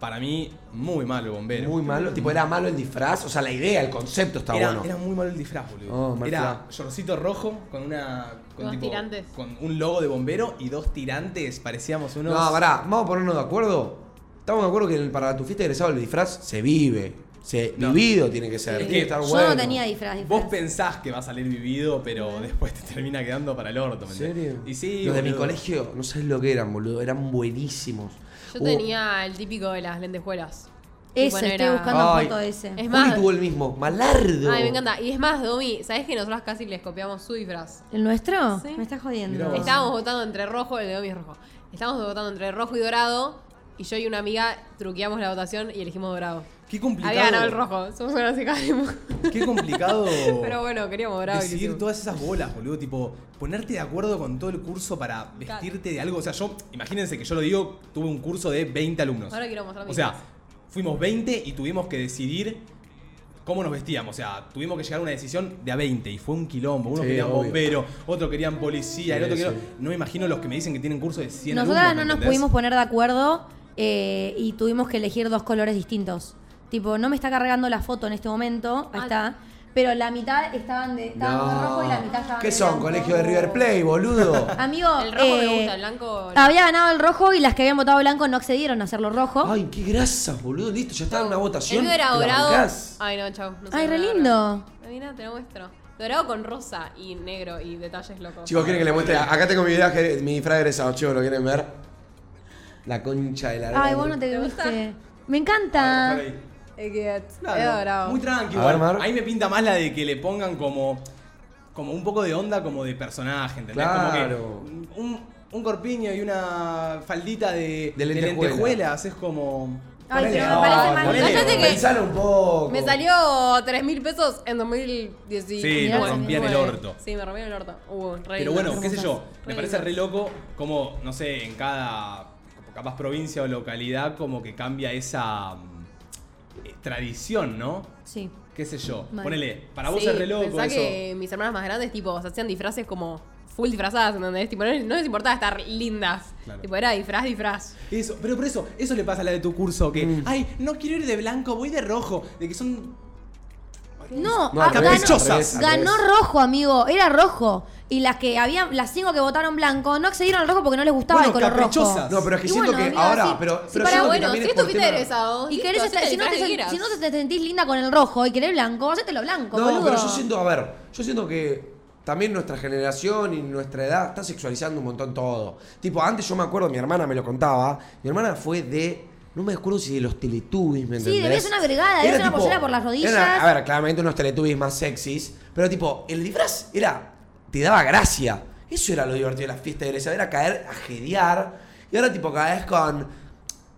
Speaker 4: para mí, muy malo el bombero.
Speaker 2: Muy malo. Tipo, era malo el disfraz. O sea, la idea, el concepto está
Speaker 4: era,
Speaker 2: bueno.
Speaker 4: era muy malo el disfraz, boludo.
Speaker 2: Oh, mal
Speaker 4: era
Speaker 2: plan.
Speaker 4: shortcito rojo con una. Con
Speaker 1: Dos tirantes.
Speaker 4: Con un logo de bombero y dos tirantes. Parecíamos unos.
Speaker 2: No, pará, vamos a ponernos de acuerdo. Estamos de acuerdo que el- para tu fiesta de egresado el disfraz se vive. Se,
Speaker 4: No.
Speaker 2: Vivido tiene que ser.
Speaker 4: Es
Speaker 2: tiene que
Speaker 4: que
Speaker 2: estar
Speaker 3: Yo
Speaker 2: bueno.
Speaker 3: no tenía disfraz.
Speaker 4: Vos
Speaker 3: disfraz.
Speaker 4: pensás que va a salir vivido, pero después te termina quedando para el orto, ¿me
Speaker 2: ¿En
Speaker 4: entendés?
Speaker 2: serio?
Speaker 4: Y sí,
Speaker 2: Los de mi
Speaker 4: boludo.
Speaker 2: colegio, no sabes lo que eran, boludo. Eran buenísimos. Uh,
Speaker 1: Yo
Speaker 2: Hubo-
Speaker 1: tenía el típico de las lentejuelas.
Speaker 3: Uh. Ese,
Speaker 1: Tipo, no
Speaker 3: estoy
Speaker 1: era-
Speaker 3: buscando
Speaker 2: Ay,
Speaker 3: foto de ese.
Speaker 1: Es
Speaker 2: Juli
Speaker 1: más-
Speaker 2: tuvo el mismo. Malardo.
Speaker 1: Ay, me encanta. Y es más, Domi, ¿sabés que nosotros casi les copiamos su disfraz?
Speaker 3: ¿El nuestro?
Speaker 1: Sí.
Speaker 3: Me estás jodiendo.
Speaker 4: Mirá vos.
Speaker 1: Estábamos votando entre rojo, el de Domi es rojo. Estábamos votando entre rojo y dorado. Y yo y una amiga truqueamos la votación y elegimos dorado.
Speaker 4: Qué complicado.
Speaker 1: Había ganado el rojo. Somos unas hijas
Speaker 3: Oh.
Speaker 1: de-
Speaker 4: Qué complicado.
Speaker 1: Pero bueno, queríamos dorado. y lo
Speaker 4: Decidir
Speaker 1: hicimos.
Speaker 4: todas esas bolas, boludo. Tipo, ponerte de acuerdo con todo el curso para vestirte de algo. O sea, yo, imagínense que yo lo digo, tuve un curso de 20 alumnos.
Speaker 1: Ahora quiero mostrar mi
Speaker 4: O sea,
Speaker 1: disfraz.
Speaker 4: fuimos 20 y tuvimos que decidir cómo nos vestíamos. O sea, tuvimos que llegar a una decisión de a 20 y fue un quilombo. Uno
Speaker 2: Sí,
Speaker 4: quería
Speaker 2: obvio.
Speaker 4: bombero, otro querían policía,
Speaker 2: Sí,
Speaker 4: el otro quería...
Speaker 2: sí.
Speaker 4: No me imagino los que me dicen que tienen curso de 100
Speaker 3: Nosotras no
Speaker 4: alumnos, ¿me
Speaker 3: nos
Speaker 4: entendés?
Speaker 3: pudimos poner de acuerdo eh, y tuvimos que elegir dos colores distintos. Tipo, no me está cargando la foto en este momento. Ahí
Speaker 1: Ah.
Speaker 3: está. pero la mitad estaban de, estaban de rojo y la mitad estaban
Speaker 2: ¿Qué
Speaker 3: de
Speaker 2: son?
Speaker 3: blanco.
Speaker 2: Colegio de River Play, boludo.
Speaker 3: Amigo,
Speaker 1: El rojo me
Speaker 3: eh,
Speaker 1: gusta, el blanco. no.
Speaker 3: Había ganado el rojo y las que habían votado blanco no accedieron a hacerlo rojo. Ay,
Speaker 2: Ay, qué grasas, boludo. Listo, ya está en una
Speaker 1: El
Speaker 2: votación.
Speaker 1: mío era
Speaker 2: ¿La
Speaker 1: dorado.
Speaker 2: bancás?
Speaker 1: Ay, no, chau. No sé
Speaker 3: re
Speaker 1: nada.
Speaker 3: lindo.
Speaker 1: Ah, Mira, te lo muestro. Dorado con rosa y negro y detalles locos.
Speaker 2: Chicos, ¿quieren que les muestre? Acá tengo mi disfraz que- mi disfraz egresado, chicos, ¿lo quieren ver? La concha de la
Speaker 3: Ay,
Speaker 2: lora.
Speaker 3: vos no te
Speaker 1: ¿Te gusta?
Speaker 3: viste. Me encanta.
Speaker 4: Ahí.
Speaker 1: Eh, que es
Speaker 4: Claro,
Speaker 1: es dorado.
Speaker 4: Muy tranquilo.
Speaker 2: A ver, Mar.
Speaker 4: Ahí me pinta más la de que le pongan como. como un poco de onda como de personaje, ¿entendés?
Speaker 2: Claro.
Speaker 4: Como que un, un corpiño y una faldita de,
Speaker 2: De lentejuela.
Speaker 4: lentejuelas es como.
Speaker 3: Ay,
Speaker 4: Ponele.
Speaker 3: pero me
Speaker 2: No,
Speaker 3: parece
Speaker 2: no,
Speaker 3: mal.
Speaker 2: ponele,
Speaker 1: Cállate que-
Speaker 2: Pensalo un poco.
Speaker 1: Me salió 3 mil pesos en 2019.
Speaker 4: Sí,
Speaker 3: me
Speaker 4: rompían el orto.
Speaker 1: Sí, me rompían el orto. Uh, re
Speaker 4: Pero
Speaker 1: lindo.
Speaker 4: bueno, qué sé yo,
Speaker 1: Re
Speaker 4: me parece
Speaker 1: lindo.
Speaker 4: re loco como, no sé, en cada como capaz provincia o localidad como que cambia esa mm, eh, tradición, ¿no?
Speaker 3: Sí.
Speaker 4: Qué sé yo.
Speaker 3: Mal.
Speaker 4: Ponele, para vos
Speaker 1: Sí,
Speaker 4: es re loco
Speaker 1: pensá
Speaker 4: eso.
Speaker 1: que mis hermanas más grandes, tipo, se hacían disfraces como full disfrazadas, ¿entendés? Tipo, no, les- no les importaba estar lindas.
Speaker 4: Claro.
Speaker 1: Tipo, era disfraz, disfraz.
Speaker 4: Eso, pero por eso, eso le pasa a la de tu curso que, ay, no quiero ir de blanco, voy de rojo, de que son
Speaker 3: No,
Speaker 2: No,
Speaker 3: ah,
Speaker 2: al revés,
Speaker 3: ganó,
Speaker 2: al revés, al
Speaker 3: ganó
Speaker 2: revés.
Speaker 3: rojo, amigo. Era rojo. Y las que habían, las cinco que votaron blanco, no accedieron al rojo porque no les gustaba el
Speaker 4: Bueno,
Speaker 3: color
Speaker 4: caprichosas.
Speaker 3: rojo.
Speaker 2: No, pero es que
Speaker 3: Y
Speaker 2: siento
Speaker 3: bueno,
Speaker 2: que
Speaker 3: amigo,
Speaker 2: ahora.
Speaker 3: sí,
Speaker 2: pero,
Speaker 3: sí,
Speaker 2: pero
Speaker 3: pará,
Speaker 1: Para
Speaker 2: siento que
Speaker 1: bueno, si
Speaker 2: también es
Speaker 1: estuviste
Speaker 2: por tema-
Speaker 1: egresado.
Speaker 3: Y
Speaker 1: listo,
Speaker 3: querés
Speaker 1: hacete
Speaker 3: estar-
Speaker 1: el
Speaker 3: si, no
Speaker 1: disfraz
Speaker 3: te,
Speaker 1: que quieras.
Speaker 3: si no te sentís linda con el rojo y querés blanco, hacételo blanco,
Speaker 2: No,
Speaker 3: boludo.
Speaker 2: pero yo siento, a ver, yo siento que también nuestra generación y nuestra edad está sexualizando un montón todo. Tipo, antes yo me acuerdo, mi hermana me lo contaba, mi hermana fue de. No me acuerdo si de los teletubbies, ¿me
Speaker 3: Sí,
Speaker 2: entendés?
Speaker 3: debías una
Speaker 2: Era
Speaker 3: agregada, debías una
Speaker 2: tipo-
Speaker 3: pollera por las rodillas.
Speaker 2: era- a ver, claramente unos teletubbies más sexys, pero tipo, el disfraz era. te daba gracia. Eso era lo divertido de la fiesta de iglesia, era caer a jedear. Y ahora, tipo, caes con.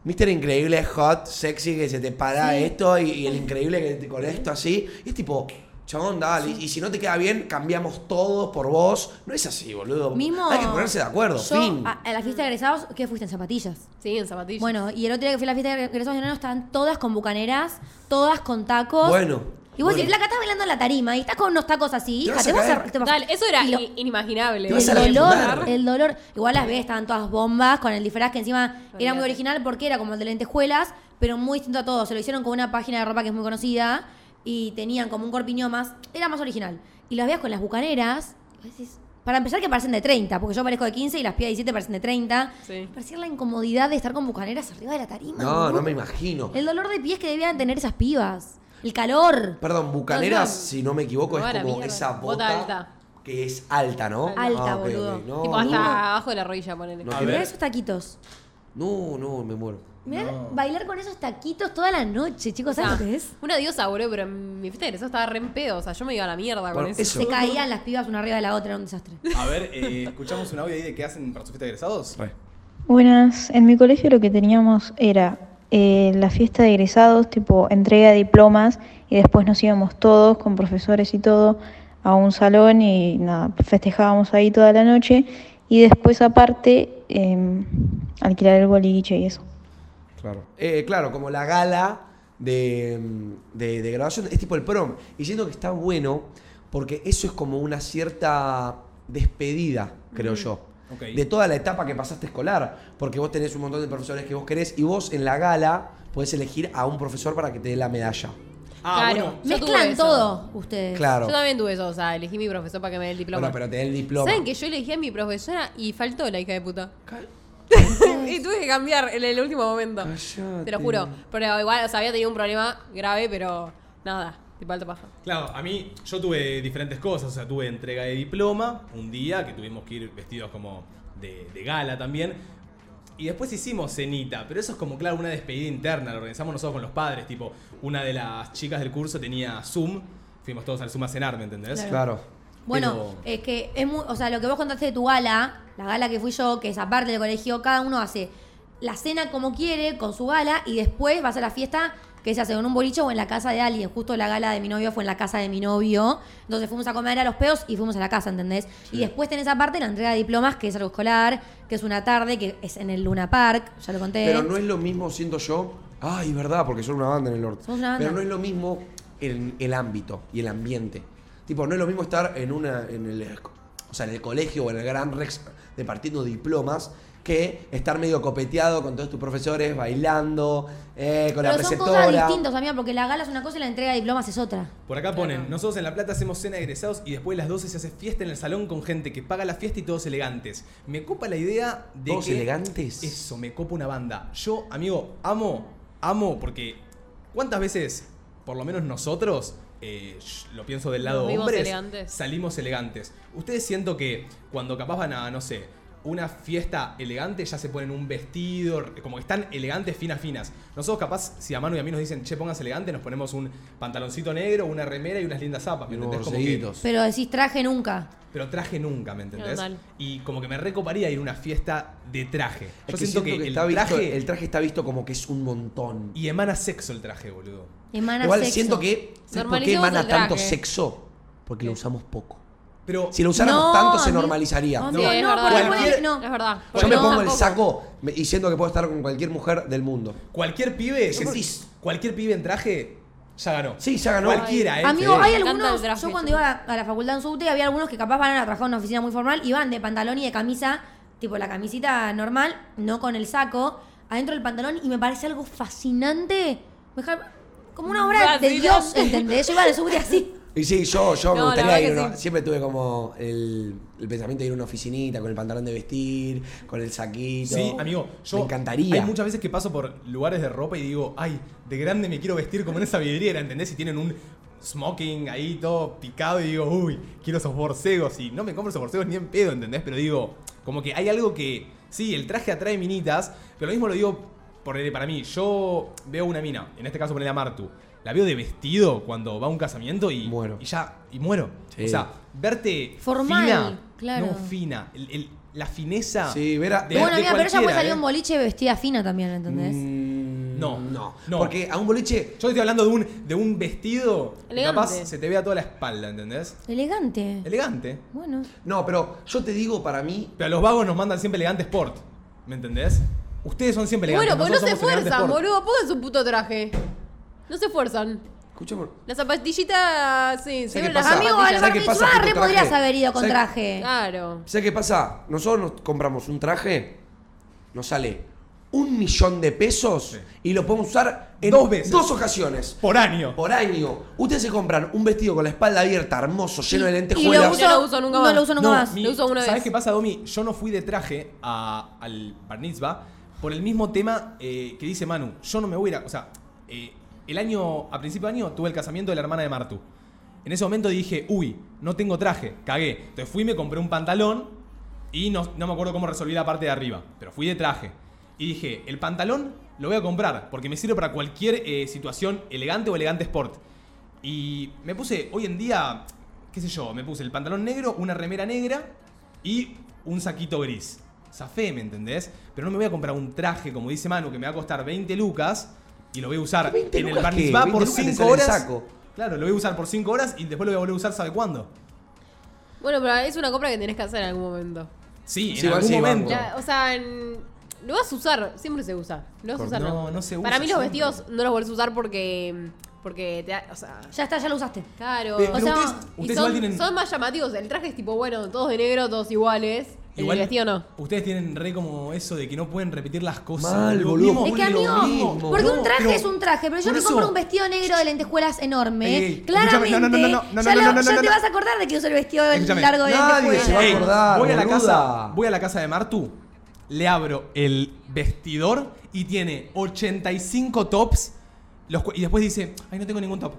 Speaker 2: Mister Increíble, hot, sexy, que se te para esto y, y el increíble que te- con esto así. Y es tipo, chabón, dale. Y, y si no te queda bien, cambiamos todos por vos. No es así, boludo.
Speaker 3: Mismo-
Speaker 2: Hay que ponerse de acuerdo,
Speaker 3: Yo,
Speaker 2: fin.
Speaker 3: A, a la fiesta de egresados, ¿qué fuiste en zapatillas?
Speaker 1: Sí, en zapatillas.
Speaker 3: Bueno, y el otro día que fui a la fiesta de egresados de enano estaban todas con bucaneras, todas con tacos.
Speaker 2: Bueno,
Speaker 3: Y vos
Speaker 2: bueno.
Speaker 3: decís, la que estás bailando en la tarima y estás con unos tacos así,
Speaker 2: Te
Speaker 3: hija,
Speaker 2: vas a
Speaker 3: te vas a.
Speaker 2: caer.
Speaker 3: te vas-
Speaker 1: Dale, eso era
Speaker 3: Y lo-
Speaker 1: i- inimaginable.
Speaker 2: Te vas a
Speaker 1: Lo-
Speaker 2: la-
Speaker 3: el dolor,
Speaker 2: refumar.
Speaker 3: el dolor. Igual las ves, estaban todas bombas con el disfraz que encima era muy original porque era como el de lentejuelas, pero muy distinto a todo. Se lo hicieron con una página de ropa que es muy conocida y tenían como un corpiño más. Era más original. Y las veas con las bucaneras. y vos decís, Para empezar, que parecen de 30, porque yo parezco de 15 y las pibas de 17 parecen de 30.
Speaker 1: Sí.
Speaker 3: Parecía la incomodidad de estar con bucaneras arriba de la tarima.
Speaker 2: No,
Speaker 3: boludo.
Speaker 2: no me imagino.
Speaker 3: El dolor de pies que debían tener esas pibas. El calor.
Speaker 2: Perdón, Bucaneras,
Speaker 1: No, no.
Speaker 2: si no me equivoco,
Speaker 1: No, a
Speaker 2: es
Speaker 1: la
Speaker 2: como
Speaker 1: mierda.
Speaker 2: esa bota,
Speaker 1: Bota alta.
Speaker 2: que es alta, ¿no? Ah,
Speaker 3: Alta,
Speaker 2: ok, ok.
Speaker 3: boludo.
Speaker 2: No,
Speaker 1: tipo,
Speaker 2: no,
Speaker 1: hasta abajo de la rodilla, ponele.
Speaker 2: No,
Speaker 4: A
Speaker 2: que-
Speaker 4: ver.
Speaker 3: Mirá esos taquitos.
Speaker 2: no, no, me muero.
Speaker 3: Mirá,
Speaker 4: No.
Speaker 3: bailar con esos taquitos toda la noche, chicos,
Speaker 1: O sea,
Speaker 3: ¿sabes lo que es?
Speaker 1: Una diosa, boludo, pero en mi fiesta de egresado estaba re en pedo. O sea, yo me iba a la mierda con
Speaker 2: Bueno,
Speaker 1: eso.
Speaker 2: eso.
Speaker 3: Se caían las pibas una arriba de la otra, era un desastre.
Speaker 4: A ver, eh, escuchamos un audio ahí de qué hacen para su fiesta de egresados.
Speaker 8: Buenas, en mi colegio lo que teníamos era eh, la fiesta de egresados, tipo entrega de diplomas, y después nos íbamos todos con profesores y todo a un salón y nada, festejábamos ahí toda la noche, y después aparte em, alquilar el boliche y eso.
Speaker 2: Claro. Eh, claro, como la gala de, de- de grabación, es tipo el prom. Y siento que está bueno porque eso es como una cierta despedida, creo yo.
Speaker 4: Ok.
Speaker 2: De toda la etapa que pasaste escolar, porque vos tenés un montón de profesores que vos querés y vos en la gala podés elegir a un profesor para que te dé la medalla.
Speaker 4: Ah,
Speaker 1: Claro.
Speaker 4: bueno.
Speaker 1: Yo tuve
Speaker 3: Mezclan
Speaker 1: eso.
Speaker 3: todo ustedes.
Speaker 2: Claro.
Speaker 1: Yo también tuve eso. O sea, elegí mi profesor para que me dé el diploma.
Speaker 2: Bueno, pero te dé el diploma.
Speaker 1: ¿Saben que yo elegí a mi profesora y faltó la hija de puta? y tuve que cambiar en el último momento.
Speaker 2: Cállate.
Speaker 1: Te lo juro. Pero igual, o sea, había tenido un problema grave, pero nada. Tipo alto paja.
Speaker 4: Claro, a mí yo tuve diferentes cosas, o sea, tuve entrega de diploma un día, que tuvimos que ir vestidos como de, de gala también. Y después hicimos cenita, pero eso es como, claro, una despedida interna, lo organizamos nosotros con los padres, tipo, una de las chicas del curso tenía Zoom, fuimos todos al Zoom a cenar, ¿me entendés?
Speaker 2: Claro.
Speaker 3: Bueno,
Speaker 4: Pero-
Speaker 3: es que es muy, o sea, lo que vos contaste de tu gala, la gala que fui yo, que es aparte del colegio, cada uno hace la cena como quiere, con su gala, y después vas a la fiesta que se hace en un boliche o en la casa de alguien. Justo la gala de mi novio fue en la casa de mi novio. Entonces fuimos a comer a los peos y fuimos a la casa, ¿entendés? Y después tenés aparte la entrega de diplomas, que es algo escolar, que es una tarde, que es en el Luna Park, ya lo conté.
Speaker 2: Pero no es lo mismo, siento yo. Ay, verdad, porque son una banda en el norte.
Speaker 3: Somos una banda.
Speaker 2: Pero no es lo mismo en el ámbito y el ambiente. Tipo, no es lo mismo estar en una. En el, o sea, en el colegio o en el Gran Rex departiendo diplomas que estar medio copeteado con todos tus profesores, bailando, eh, con la
Speaker 3: Pero son
Speaker 2: preceptora.
Speaker 3: cosas distintas, amiga, porque la gala es una cosa y la entrega de diplomas es otra.
Speaker 4: Por acá ponen, nosotros en La Plata hacemos cena de egresados y después de las 12 se hace fiesta en el salón con gente que paga la fiesta y todos elegantes. Me copa la idea de
Speaker 2: ¿Todos
Speaker 4: que...
Speaker 2: elegantes?
Speaker 4: Eso, me copa una banda. Yo, amigo, amo, amo, porque ¿cuántas veces, por lo menos nosotros, eh, sh- lo pienso del lado
Speaker 1: Vivos
Speaker 4: hombres,
Speaker 1: elegantes.
Speaker 4: salimos elegantes? Ustedes siento que cuando capaz van a, no sé, una fiesta elegante, ya se ponen un vestido, r- como que están elegantes, finas, finas. Nosotros capaz, si a Manu y a mí nos dicen, che, pongas elegante, nos ponemos un pantaloncito negro, una remera y unas lindas zapas, ¿me
Speaker 2: Y unos
Speaker 4: entendés? Como que-
Speaker 2: borseguitos.
Speaker 3: Pero decís traje nunca.
Speaker 4: pero traje nunca, ¿me entendés?
Speaker 1: Total.
Speaker 4: Y como que me recoparía ir a una fiesta de traje.
Speaker 2: Es
Speaker 4: Yo
Speaker 2: que
Speaker 4: siento, que,
Speaker 2: está
Speaker 4: el,
Speaker 2: visto-
Speaker 4: traje,
Speaker 2: el traje está visto como que es un montón.
Speaker 4: Y emana sexo el traje, boludo.
Speaker 3: Emana
Speaker 2: Igual
Speaker 3: sexo.
Speaker 2: siento que ¿sabes por qué
Speaker 1: Normalicemos
Speaker 2: emana
Speaker 1: el traje.
Speaker 2: tanto sexo? Porque lo usamos poco.
Speaker 4: Pero
Speaker 2: Si lo usáramos
Speaker 3: No,
Speaker 2: tanto se
Speaker 3: amigo.
Speaker 2: normalizaría.
Speaker 3: No,
Speaker 1: Sí,
Speaker 3: amigo,
Speaker 1: es
Speaker 3: no,
Speaker 1: verdad.
Speaker 3: porque
Speaker 2: Cualquier-
Speaker 3: puede- no.
Speaker 1: Es verdad.
Speaker 2: Yo
Speaker 1: Porque
Speaker 2: me
Speaker 1: no,
Speaker 2: pongo el
Speaker 1: tampoco.
Speaker 2: saco me- y siento que puedo estar con cualquier mujer del mundo.
Speaker 4: cualquier pibe,
Speaker 2: Yo por-
Speaker 4: cualquier pibe en traje, ya ganó.
Speaker 2: Sí, ya ganó.
Speaker 4: Cualquiera, ¿eh?
Speaker 3: Amigo,
Speaker 4: Sí.
Speaker 2: este.
Speaker 3: hay
Speaker 1: encanta
Speaker 3: algunos.
Speaker 1: el traje,
Speaker 3: yo cuando
Speaker 1: sí.
Speaker 3: iba a, a la facultad en subte, había algunos que capaz van a trabajar en una oficina muy formal y van de pantalón y de camisa, tipo la camisita normal, no con el saco, adentro del pantalón y me parece algo fascinante. Me deja- como una obra de
Speaker 1: Fascinante.
Speaker 3: Dios, ¿entendés? Yo iba de subte así.
Speaker 2: Y sí, yo, yo me
Speaker 1: No, la
Speaker 2: gustaría
Speaker 1: verdad
Speaker 2: ir.
Speaker 1: que
Speaker 2: a una-
Speaker 1: sí.
Speaker 2: Siempre tuve como el, el pensamiento de ir a una oficinita con el pantalón de vestir, con el saquito.
Speaker 4: Sí, amigo, yo
Speaker 2: Me encantaría.
Speaker 4: Hay muchas veces que paso por lugares de ropa y digo, ay, de grande me quiero vestir como en esa vidriera, ¿entendés? Y tienen un smoking ahí todo picado y digo, uy, quiero esos borcegos. Y no me compro esos borcegos ni en pedo, ¿entendés? Pero digo, como que hay algo que, sí, el traje atrae minitas, pero lo mismo lo digo por, eh, para mí. Yo veo una mina, en este caso ponele a Martu, la veo de vestido cuando va a un casamiento y,
Speaker 2: Muero.
Speaker 4: y ya, y muero.
Speaker 2: Sí.
Speaker 4: O sea, verte
Speaker 3: Formal,
Speaker 4: fina,
Speaker 3: claro.
Speaker 4: no fina, el- el- la fineza.
Speaker 2: Sí, ver a-
Speaker 4: de-
Speaker 3: bueno,
Speaker 4: de
Speaker 3: amiga, pero ella puede
Speaker 4: cualquiera,
Speaker 3: salir
Speaker 4: ¿eh?
Speaker 3: a un boliche vestida fina también, ¿entendés?
Speaker 2: Mm,
Speaker 4: No,
Speaker 2: no,
Speaker 4: no.
Speaker 2: Porque a un boliche.
Speaker 4: Yo estoy hablando de un, de un vestido que
Speaker 1: Elegante.
Speaker 4: capaz se te vea toda la espalda, ¿entendés?
Speaker 3: Elegante.
Speaker 4: Elegante.
Speaker 3: Bueno.
Speaker 2: No, pero yo te digo, para mí,
Speaker 4: Pero a los vagos nos mandan siempre elegante sport, ¿me entendés? Ustedes son siempre elegantes.
Speaker 1: Bueno, pues no se
Speaker 4: nosotros somos elegante
Speaker 1: esfuerzan, boludo.
Speaker 4: sport.
Speaker 1: Pongan su puto traje. No se esfuerzan.
Speaker 2: escuchame,
Speaker 1: La zapatillita, sí, se
Speaker 2: qué
Speaker 1: ven las
Speaker 2: pasa?
Speaker 3: Amigo,
Speaker 1: zapatillas.
Speaker 2: ¿Sabes
Speaker 3: al bar
Speaker 2: qué pasa?
Speaker 3: mitzvah
Speaker 2: Puto
Speaker 3: re
Speaker 2: traje.
Speaker 3: podrías haber ido con
Speaker 2: ¿Sabes-
Speaker 3: traje.
Speaker 1: Claro.
Speaker 2: ¿Sabes qué pasa? Nosotros nos compramos un traje, nos sale un millón de pesos y lo podemos usar en
Speaker 4: Dos veces.
Speaker 2: dos ocasiones.
Speaker 4: Por año.
Speaker 2: Por año. Ustedes se compran un vestido con la espalda abierta, hermoso, lleno de
Speaker 3: Y
Speaker 2: lentejuelas.
Speaker 1: uso Yo no lo uso nunca
Speaker 3: No
Speaker 1: más.
Speaker 3: lo uso nunca
Speaker 4: No,
Speaker 3: más.
Speaker 4: mi-
Speaker 1: Lo uso una
Speaker 4: ¿Sabes
Speaker 1: vez.
Speaker 4: qué pasa, Domi? Yo no fui de traje a- al Bar Mitzvah por el mismo tema eh, que dice Manu. Yo no me voy a ir a- O sea, eh, el año, a principio de año, tuve el casamiento de la hermana de Martu. En ese momento dije, uy, no tengo traje, cagué. Entonces fui, me compré un pantalón y no, no me acuerdo cómo resolví la parte de arriba, pero fui de traje. Y dije, el pantalón lo voy a comprar porque me sirve para cualquier eh, situación elegante o elegante sport. Y me puse, hoy en día, qué sé yo, me puse el pantalón negro, una remera negra y un saquito gris. Zafé, ¿me entendés? Pero no me voy a comprar un traje, como dice Manu, que me va a costar 20 lucas y lo voy a usar
Speaker 2: 20
Speaker 4: en el
Speaker 2: lucas
Speaker 4: Bar
Speaker 2: qué?
Speaker 4: Mitzvah
Speaker 2: 20
Speaker 4: por
Speaker 2: lucas te
Speaker 4: 5
Speaker 2: sale el
Speaker 4: horas.
Speaker 2: saco.
Speaker 4: Claro, lo voy a usar por 5 horas y después lo voy a volver a usar, ¿sabe cuándo?
Speaker 1: Bueno, pero es una compra que tenés que hacer en algún momento.
Speaker 4: Sí, en
Speaker 2: Sí, igual
Speaker 4: algún
Speaker 2: sí,
Speaker 4: momento.
Speaker 2: banco.
Speaker 1: Ya, o sea, en- lo vas a usar, siempre se usa. Lo vas a
Speaker 4: Cor-
Speaker 1: usar. en
Speaker 4: no,
Speaker 1: algún
Speaker 4: no se
Speaker 1: momento.
Speaker 4: usa
Speaker 1: Para mí los
Speaker 4: siempre.
Speaker 1: vestidos no los vuelves a usar porque porque te, da- o sea,
Speaker 3: Ya está, ya lo usaste.
Speaker 1: claro.
Speaker 4: Pero
Speaker 1: o sea,
Speaker 4: ustedes-
Speaker 1: y
Speaker 4: ustedes
Speaker 1: son,
Speaker 4: igual tienen-
Speaker 1: son más llamativos, el traje es tipo bueno, todos de negro, todos iguales.
Speaker 4: Igual,
Speaker 1: el vestido no.
Speaker 4: Ustedes tienen re como eso de que no pueden repetir las cosas.
Speaker 2: Mal,
Speaker 4: Lo
Speaker 2: boludo.
Speaker 4: mismo
Speaker 3: Es que
Speaker 4: vuelve lo
Speaker 3: amigo,
Speaker 4: mismo,
Speaker 3: porque
Speaker 4: boludo.
Speaker 3: un traje
Speaker 4: Pero-
Speaker 3: es un traje, pero yo
Speaker 4: por
Speaker 3: me
Speaker 4: eso-
Speaker 3: compro un vestido negro de lentejuelas enorme. eh,
Speaker 4: Ey, ey,
Speaker 3: claramente,
Speaker 4: escúchame, no, no, no, no, no,
Speaker 3: ya,
Speaker 4: no,
Speaker 3: lo-
Speaker 4: no, no,
Speaker 3: ya
Speaker 4: no,
Speaker 3: te
Speaker 4: no.
Speaker 3: vas a acordar de que uso el vestido
Speaker 4: Escúchame,
Speaker 3: largo de
Speaker 2: nadie se va a
Speaker 4: Ey,
Speaker 3: lentejuelas.
Speaker 2: acordar,
Speaker 4: voy a la
Speaker 2: boluda.
Speaker 4: casa, voy a la casa de Martu, le abro el vestidor y tiene 85 tops los cu- y después dice, "Ay, no tengo ningún top."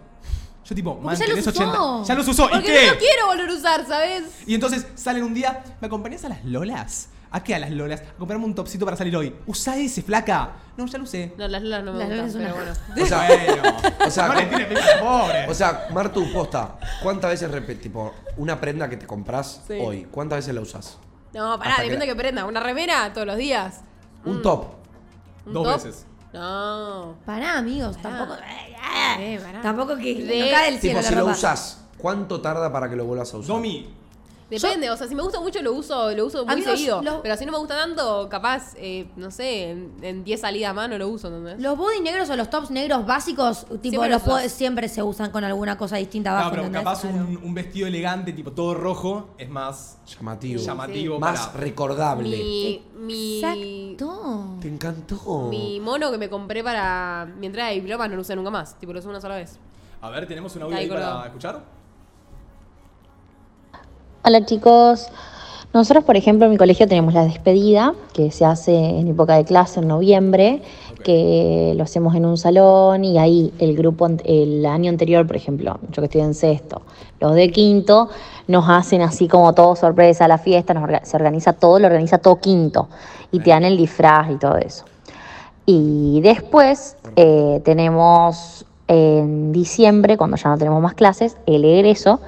Speaker 4: Yo tipo, "Man,
Speaker 3: ya los
Speaker 4: tenés
Speaker 3: usó.
Speaker 4: 80." Ya los usó. ¿Y
Speaker 1: Porque
Speaker 4: qué?
Speaker 1: no lo quiero volver a usar, ¿sabes?
Speaker 4: Y entonces salen un día, ¿me acompañas a las Lolas? ¿A qué a las Lolas? A comprarme un topsito para salir hoy. Usa ese, flaca. No, ya lo usé.
Speaker 1: No, las lolas no me
Speaker 3: Las
Speaker 1: gustan,
Speaker 3: lolas son
Speaker 1: pero
Speaker 3: una-
Speaker 1: bueno.
Speaker 2: O sea, o sea,
Speaker 4: No le tires pizza, pobre.
Speaker 2: O sea, Martu, posta, ¿cuántas veces repetís, tipo, una prenda que te compras
Speaker 1: Sí.
Speaker 2: hoy, cuántas veces la usas?
Speaker 1: No, pará,
Speaker 2: Hasta que
Speaker 1: depende
Speaker 2: la-
Speaker 1: de que prenda. Una remera todos los días.
Speaker 2: Un top.
Speaker 1: ¿Un
Speaker 4: Dos
Speaker 1: top?
Speaker 4: veces.
Speaker 1: No.
Speaker 3: Pará, amigos, tampoco.
Speaker 1: Eh, pará.
Speaker 3: Tampoco que
Speaker 1: De-
Speaker 3: no cae el cielo
Speaker 2: Tipo,
Speaker 3: la
Speaker 2: si lo
Speaker 3: ropa.
Speaker 2: usás, ¿cuánto tarda para que lo vuelvas a usar?
Speaker 4: Domi,
Speaker 1: Depende, o sea, si me gusta mucho lo uso, lo uso muy
Speaker 3: A mí los-
Speaker 1: seguido.
Speaker 3: los-
Speaker 1: Pero si no me gusta tanto, capaz, eh, no sé, en en 10 salidas más no lo uso, ¿entendés?
Speaker 3: Los body negros o los tops negros básicos, tipo,
Speaker 1: Siempre los
Speaker 3: los po-
Speaker 1: usás.
Speaker 3: siempre se usan con alguna cosa distinta
Speaker 4: No,
Speaker 3: abajo.
Speaker 4: pero
Speaker 3: ¿entendés?
Speaker 4: capaz un, un vestido elegante, tipo todo rojo, es más
Speaker 2: Llamativo.
Speaker 4: llamativo
Speaker 2: Más
Speaker 4: para...
Speaker 2: recordable.
Speaker 1: Mi, mi,
Speaker 3: Exacto.
Speaker 2: Te encantó.
Speaker 1: mi mono que me compré para mi entrada de diploma no lo usé nunca más. Tipo, lo usé una sola vez.
Speaker 4: A ver, ¿tenemos un audio
Speaker 1: Ahí
Speaker 4: ahí para
Speaker 1: colgado.
Speaker 4: escuchar?
Speaker 9: Hola chicos, nosotros por ejemplo en mi colegio tenemos la despedida que se hace en época de clase en noviembre, que lo hacemos en un salón y ahí el grupo ant- el año anterior, por ejemplo, yo que estoy en sexto, los de quinto nos hacen así como todo sorpresa la fiesta, nos orga- se organiza todo, lo organiza todo quinto y te dan el disfraz y todo eso. Y después eh, tenemos en diciembre, cuando ya no tenemos más clases, el egreso,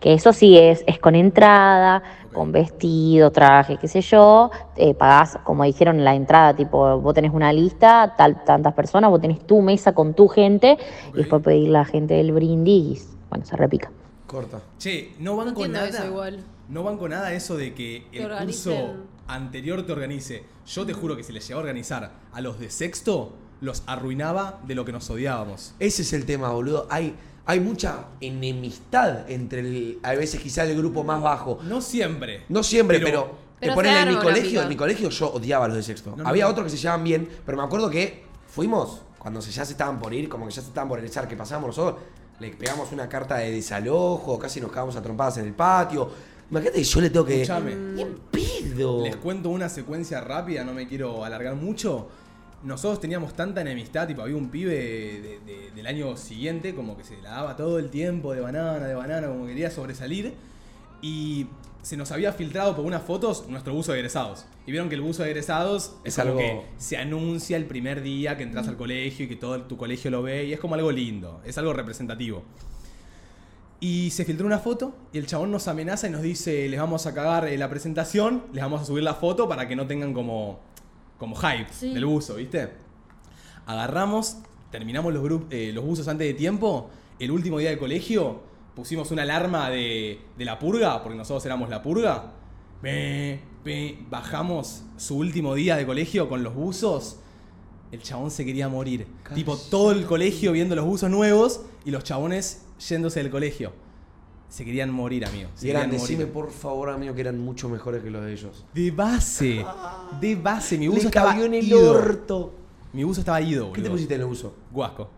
Speaker 9: que eso sí es, es con entrada, con vestido, traje, qué sé yo, eh, pagás, como dijeron, la entrada, tipo, vos tenés una lista, tal, tantas personas, vos tenés tu mesa con tu gente, y después pedir la gente del brindis, y, bueno, se repica.
Speaker 2: Corta.
Speaker 4: Che, no van
Speaker 1: No
Speaker 4: con
Speaker 1: entiendo
Speaker 4: nada.
Speaker 1: eso igual.
Speaker 4: No van con nada eso de que
Speaker 1: Te
Speaker 4: el curso
Speaker 1: organicen.
Speaker 4: anterior te organice. Yo te juro que si les llegaba a organizar a los de sexto, los arruinaba de lo que nos odiábamos.
Speaker 2: Ese es el tema, boludo. Hay, hay mucha enemistad entre el, a veces quizá el grupo más bajo.
Speaker 4: No siempre.
Speaker 2: No siempre, pero,
Speaker 1: Pero
Speaker 2: te ponen
Speaker 1: se
Speaker 2: en mi
Speaker 1: arma una
Speaker 2: colegio,
Speaker 1: pica.
Speaker 2: en mi colegio yo odiaba a los de sexto.
Speaker 4: No, no,
Speaker 2: Había
Speaker 4: no.
Speaker 2: otros que se llevaban bien, pero me acuerdo que fuimos, cuando se, ya se estaban por ir, como que ya se estaban por egresar, que pasábamos nosotros, le pegamos una carta de desalojo, casi nos cagamos a trompadas en el patio. Imagínate que yo le tengo que...
Speaker 4: Escuchame.
Speaker 2: Ni en pedo.
Speaker 4: Les cuento una secuencia rápida, no me quiero alargar mucho. Nosotros teníamos tanta enemistad, tipo, había un pibe de- de- del año siguiente, como que se la daba todo el tiempo de banana, de banana, como quería sobresalir. Y se nos había filtrado por unas fotos nuestro buzo de egresados. Y vieron que el buzo de egresados es,
Speaker 2: Es
Speaker 4: algo
Speaker 2: algo-
Speaker 4: que se anuncia el primer día que entras al colegio y que todo tu colegio lo ve. Y es como algo lindo, es algo representativo. Y se filtró una foto y el chabón nos amenaza y nos dice, les vamos a cagar eh, la presentación, les vamos a subir la foto para que no tengan como, como hype
Speaker 3: Sí.
Speaker 4: del buzo, ¿viste? Agarramos, terminamos los, gru- eh, los buzos antes de tiempo, el último día de colegio pusimos una alarma de, de la purga, porque nosotros éramos la purga, Pe, pe, bajamos su último día de colegio con los buzos. El chabón se quería morir. Tipo, todo el colegio viendo los buzos nuevos y los chabones yéndose del colegio. Se querían morir, amigo. Se
Speaker 2: Y eran,
Speaker 4: querían
Speaker 2: decime
Speaker 4: morir.
Speaker 2: por favor, amigo, que eran mucho mejores que los de ellos.
Speaker 4: De base. De base. Mi buzo
Speaker 2: Le
Speaker 4: estaba
Speaker 2: cabió en el
Speaker 4: ido.
Speaker 2: orto.
Speaker 4: Mi buzo estaba ido, boludo.
Speaker 2: ¿Qué te pusiste en el uso?
Speaker 4: Guasco.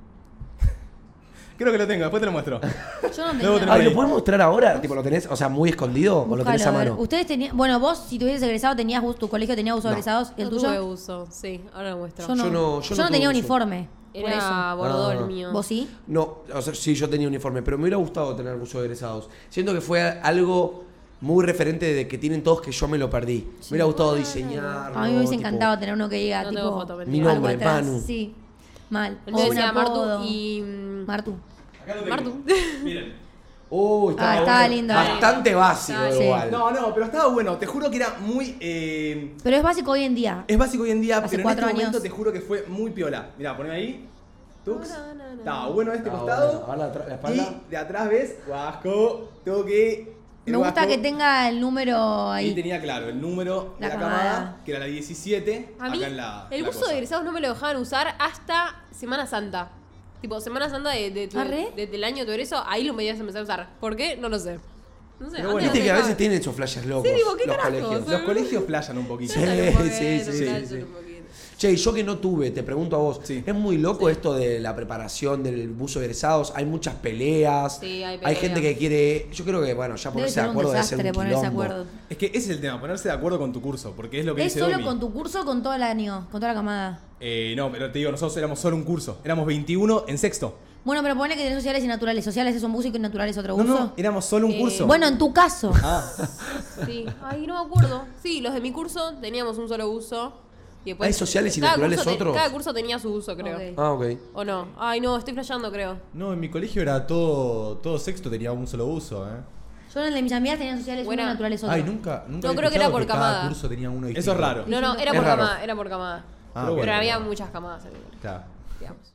Speaker 4: Creo que lo tengo, después te lo muestro.
Speaker 3: Yo no
Speaker 4: Luego
Speaker 3: tenía.
Speaker 4: tenemos-
Speaker 2: Ay, ¿lo
Speaker 4: ahí.
Speaker 2: podés mostrar ahora? Tipo, ¿lo tenés, o sea, muy escondido o lo tenés a
Speaker 3: Búscalo, a ver.
Speaker 2: mano?
Speaker 3: Ustedes tenían, bueno, vos si tuvieses egresado tenías bus- tu colegio tenía usos
Speaker 2: No.
Speaker 3: egresados, el
Speaker 1: no
Speaker 3: tuyo.
Speaker 1: tuve uso, sí, ahora lo muestro.
Speaker 3: Yo no, yo
Speaker 2: Yo
Speaker 3: no,
Speaker 2: no- yo no tuve
Speaker 3: tenía
Speaker 2: uso.
Speaker 3: uniforme. por
Speaker 1: Era bordó el
Speaker 2: Ah.
Speaker 1: mío.
Speaker 3: eso. ¿Vos sí?
Speaker 2: No, o sea, sí, yo tenía uniforme, pero me hubiera gustado tener buzo de egresados. Siento que fue algo muy referente de que tienen todos que yo me lo perdí. Me hubiera gustado diseñar.
Speaker 3: A mí me hubiese encantado tener uno que diga
Speaker 1: No
Speaker 3: tipo
Speaker 1: tengo foto, mentira.
Speaker 2: Mi
Speaker 3: algo
Speaker 2: nombre,
Speaker 3: atrás.
Speaker 2: Manu.
Speaker 3: Sí. Mal.
Speaker 1: Yo
Speaker 3: O un
Speaker 1: decía Martu
Speaker 3: apodo.
Speaker 1: y. mm,
Speaker 3: Martu.
Speaker 4: Acá lo tengo.
Speaker 1: Martu.
Speaker 4: Miren.
Speaker 2: Uy, estaba,
Speaker 3: Ah, estaba
Speaker 2: bueno.
Speaker 3: lindo.
Speaker 2: Bastante básico
Speaker 1: Ah,
Speaker 3: sí.
Speaker 2: igual.
Speaker 4: No, no, pero estaba bueno. Te juro que era muy. eh,
Speaker 3: Pero es básico hoy en día.
Speaker 4: Es básico hoy en día,
Speaker 3: Hace
Speaker 4: pero en este
Speaker 3: cuatro
Speaker 4: momento
Speaker 3: años.
Speaker 4: te juro que fue muy piola. Mirá, poneme ahí. Tux.
Speaker 1: No, no, no, no.
Speaker 4: Está bueno este
Speaker 2: Ah,
Speaker 4: costado.
Speaker 2: bueno, ahora la tra- la espalda.
Speaker 4: Y de atrás ves, Vasco, toque. el
Speaker 3: Me gusta
Speaker 4: Vasco.
Speaker 3: que tenga el número
Speaker 4: Ahí
Speaker 3: ahí.
Speaker 4: tenía claro el número
Speaker 3: La
Speaker 4: de la
Speaker 3: camada.
Speaker 4: camada, que era la 17.
Speaker 1: A mí,
Speaker 4: acá en la.
Speaker 1: el
Speaker 4: la
Speaker 1: buzo
Speaker 4: cosa.
Speaker 1: de egresados no me lo dejaban usar hasta Semana Santa. Tipo, Semana Santa de, de tu-
Speaker 3: ¿Arre?
Speaker 1: de- del año de tu egreso, ahí lo medias empezar a usar. ¿Por qué? No lo sé. No sé.
Speaker 4: Pero bueno,
Speaker 1: antes
Speaker 2: Viste
Speaker 1: no
Speaker 2: que
Speaker 1: me
Speaker 2: a veces
Speaker 1: dejaban.
Speaker 2: tienen esos flashes locos.
Speaker 1: Sí, digo, ¿qué
Speaker 2: los
Speaker 1: carajos?
Speaker 2: colegios.
Speaker 4: Los colegios playan un poquito.
Speaker 2: Sí.
Speaker 1: Dale un poquito,
Speaker 2: sí,
Speaker 1: dale
Speaker 2: sí,
Speaker 1: un poquito.
Speaker 2: Che, y yo que no tuve, te pregunto a vos,
Speaker 4: Sí.
Speaker 2: es muy loco esto de la preparación del buzo de egresados, hay muchas peleas,
Speaker 1: Sí, hay
Speaker 2: hay
Speaker 1: peleas.
Speaker 2: gente que quiere, yo creo que bueno, ya
Speaker 3: Debe
Speaker 2: ponerse
Speaker 3: ser
Speaker 2: de
Speaker 3: un
Speaker 2: acuerdo debe ser
Speaker 3: desastre
Speaker 2: un
Speaker 3: ponerse de
Speaker 2: quilombo.
Speaker 3: acuerdo.
Speaker 4: Es que ese es el tema, ponerse de acuerdo con tu curso, porque es lo que
Speaker 3: Es
Speaker 4: dice
Speaker 3: solo
Speaker 4: Domi.
Speaker 3: con tu curso o con todo el año, con toda la camada.
Speaker 4: Eh, no, pero te digo, nosotros éramos solo un curso. Éramos 21 en sexto.
Speaker 3: Bueno, pero ponle que tenés sociales y naturales. Sociales es un buzo y naturales es otro
Speaker 4: No,
Speaker 3: buzo.
Speaker 4: no, éramos solo un
Speaker 1: Eh,
Speaker 4: curso.
Speaker 3: Bueno, en tu caso.
Speaker 4: Ah,
Speaker 1: Sí, ay, no me acuerdo. Sí, los de mi curso teníamos un solo uso. Y después,
Speaker 2: ¿Hay sociales y
Speaker 1: cada
Speaker 2: naturales
Speaker 1: curso te-
Speaker 2: otros?
Speaker 1: Cada curso tenía su uso, creo.
Speaker 3: Ok.
Speaker 2: Ah, ok.
Speaker 1: ¿O no? Ay, no, estoy flasheando, creo.
Speaker 7: No, en mi colegio era todo, todo sexto, tenía un solo uso, ¿eh?
Speaker 3: Yo en el de mis amigas tenía sociales
Speaker 1: Buena.
Speaker 3: uno, naturales otro.
Speaker 7: Ay, nunca, nunca
Speaker 1: No,
Speaker 7: había
Speaker 1: creo que era
Speaker 7: escuchado
Speaker 1: por
Speaker 7: Cada
Speaker 1: camada.
Speaker 7: curso tenía uno
Speaker 4: Eso
Speaker 7: distinto.
Speaker 4: es raro.
Speaker 1: No, no, era
Speaker 2: Es
Speaker 1: por
Speaker 2: raro.
Speaker 1: camada, era por camada.
Speaker 7: Ah,
Speaker 1: pero
Speaker 7: bueno.
Speaker 1: había muchas camadas, eh,
Speaker 7: Claro.
Speaker 1: digamos.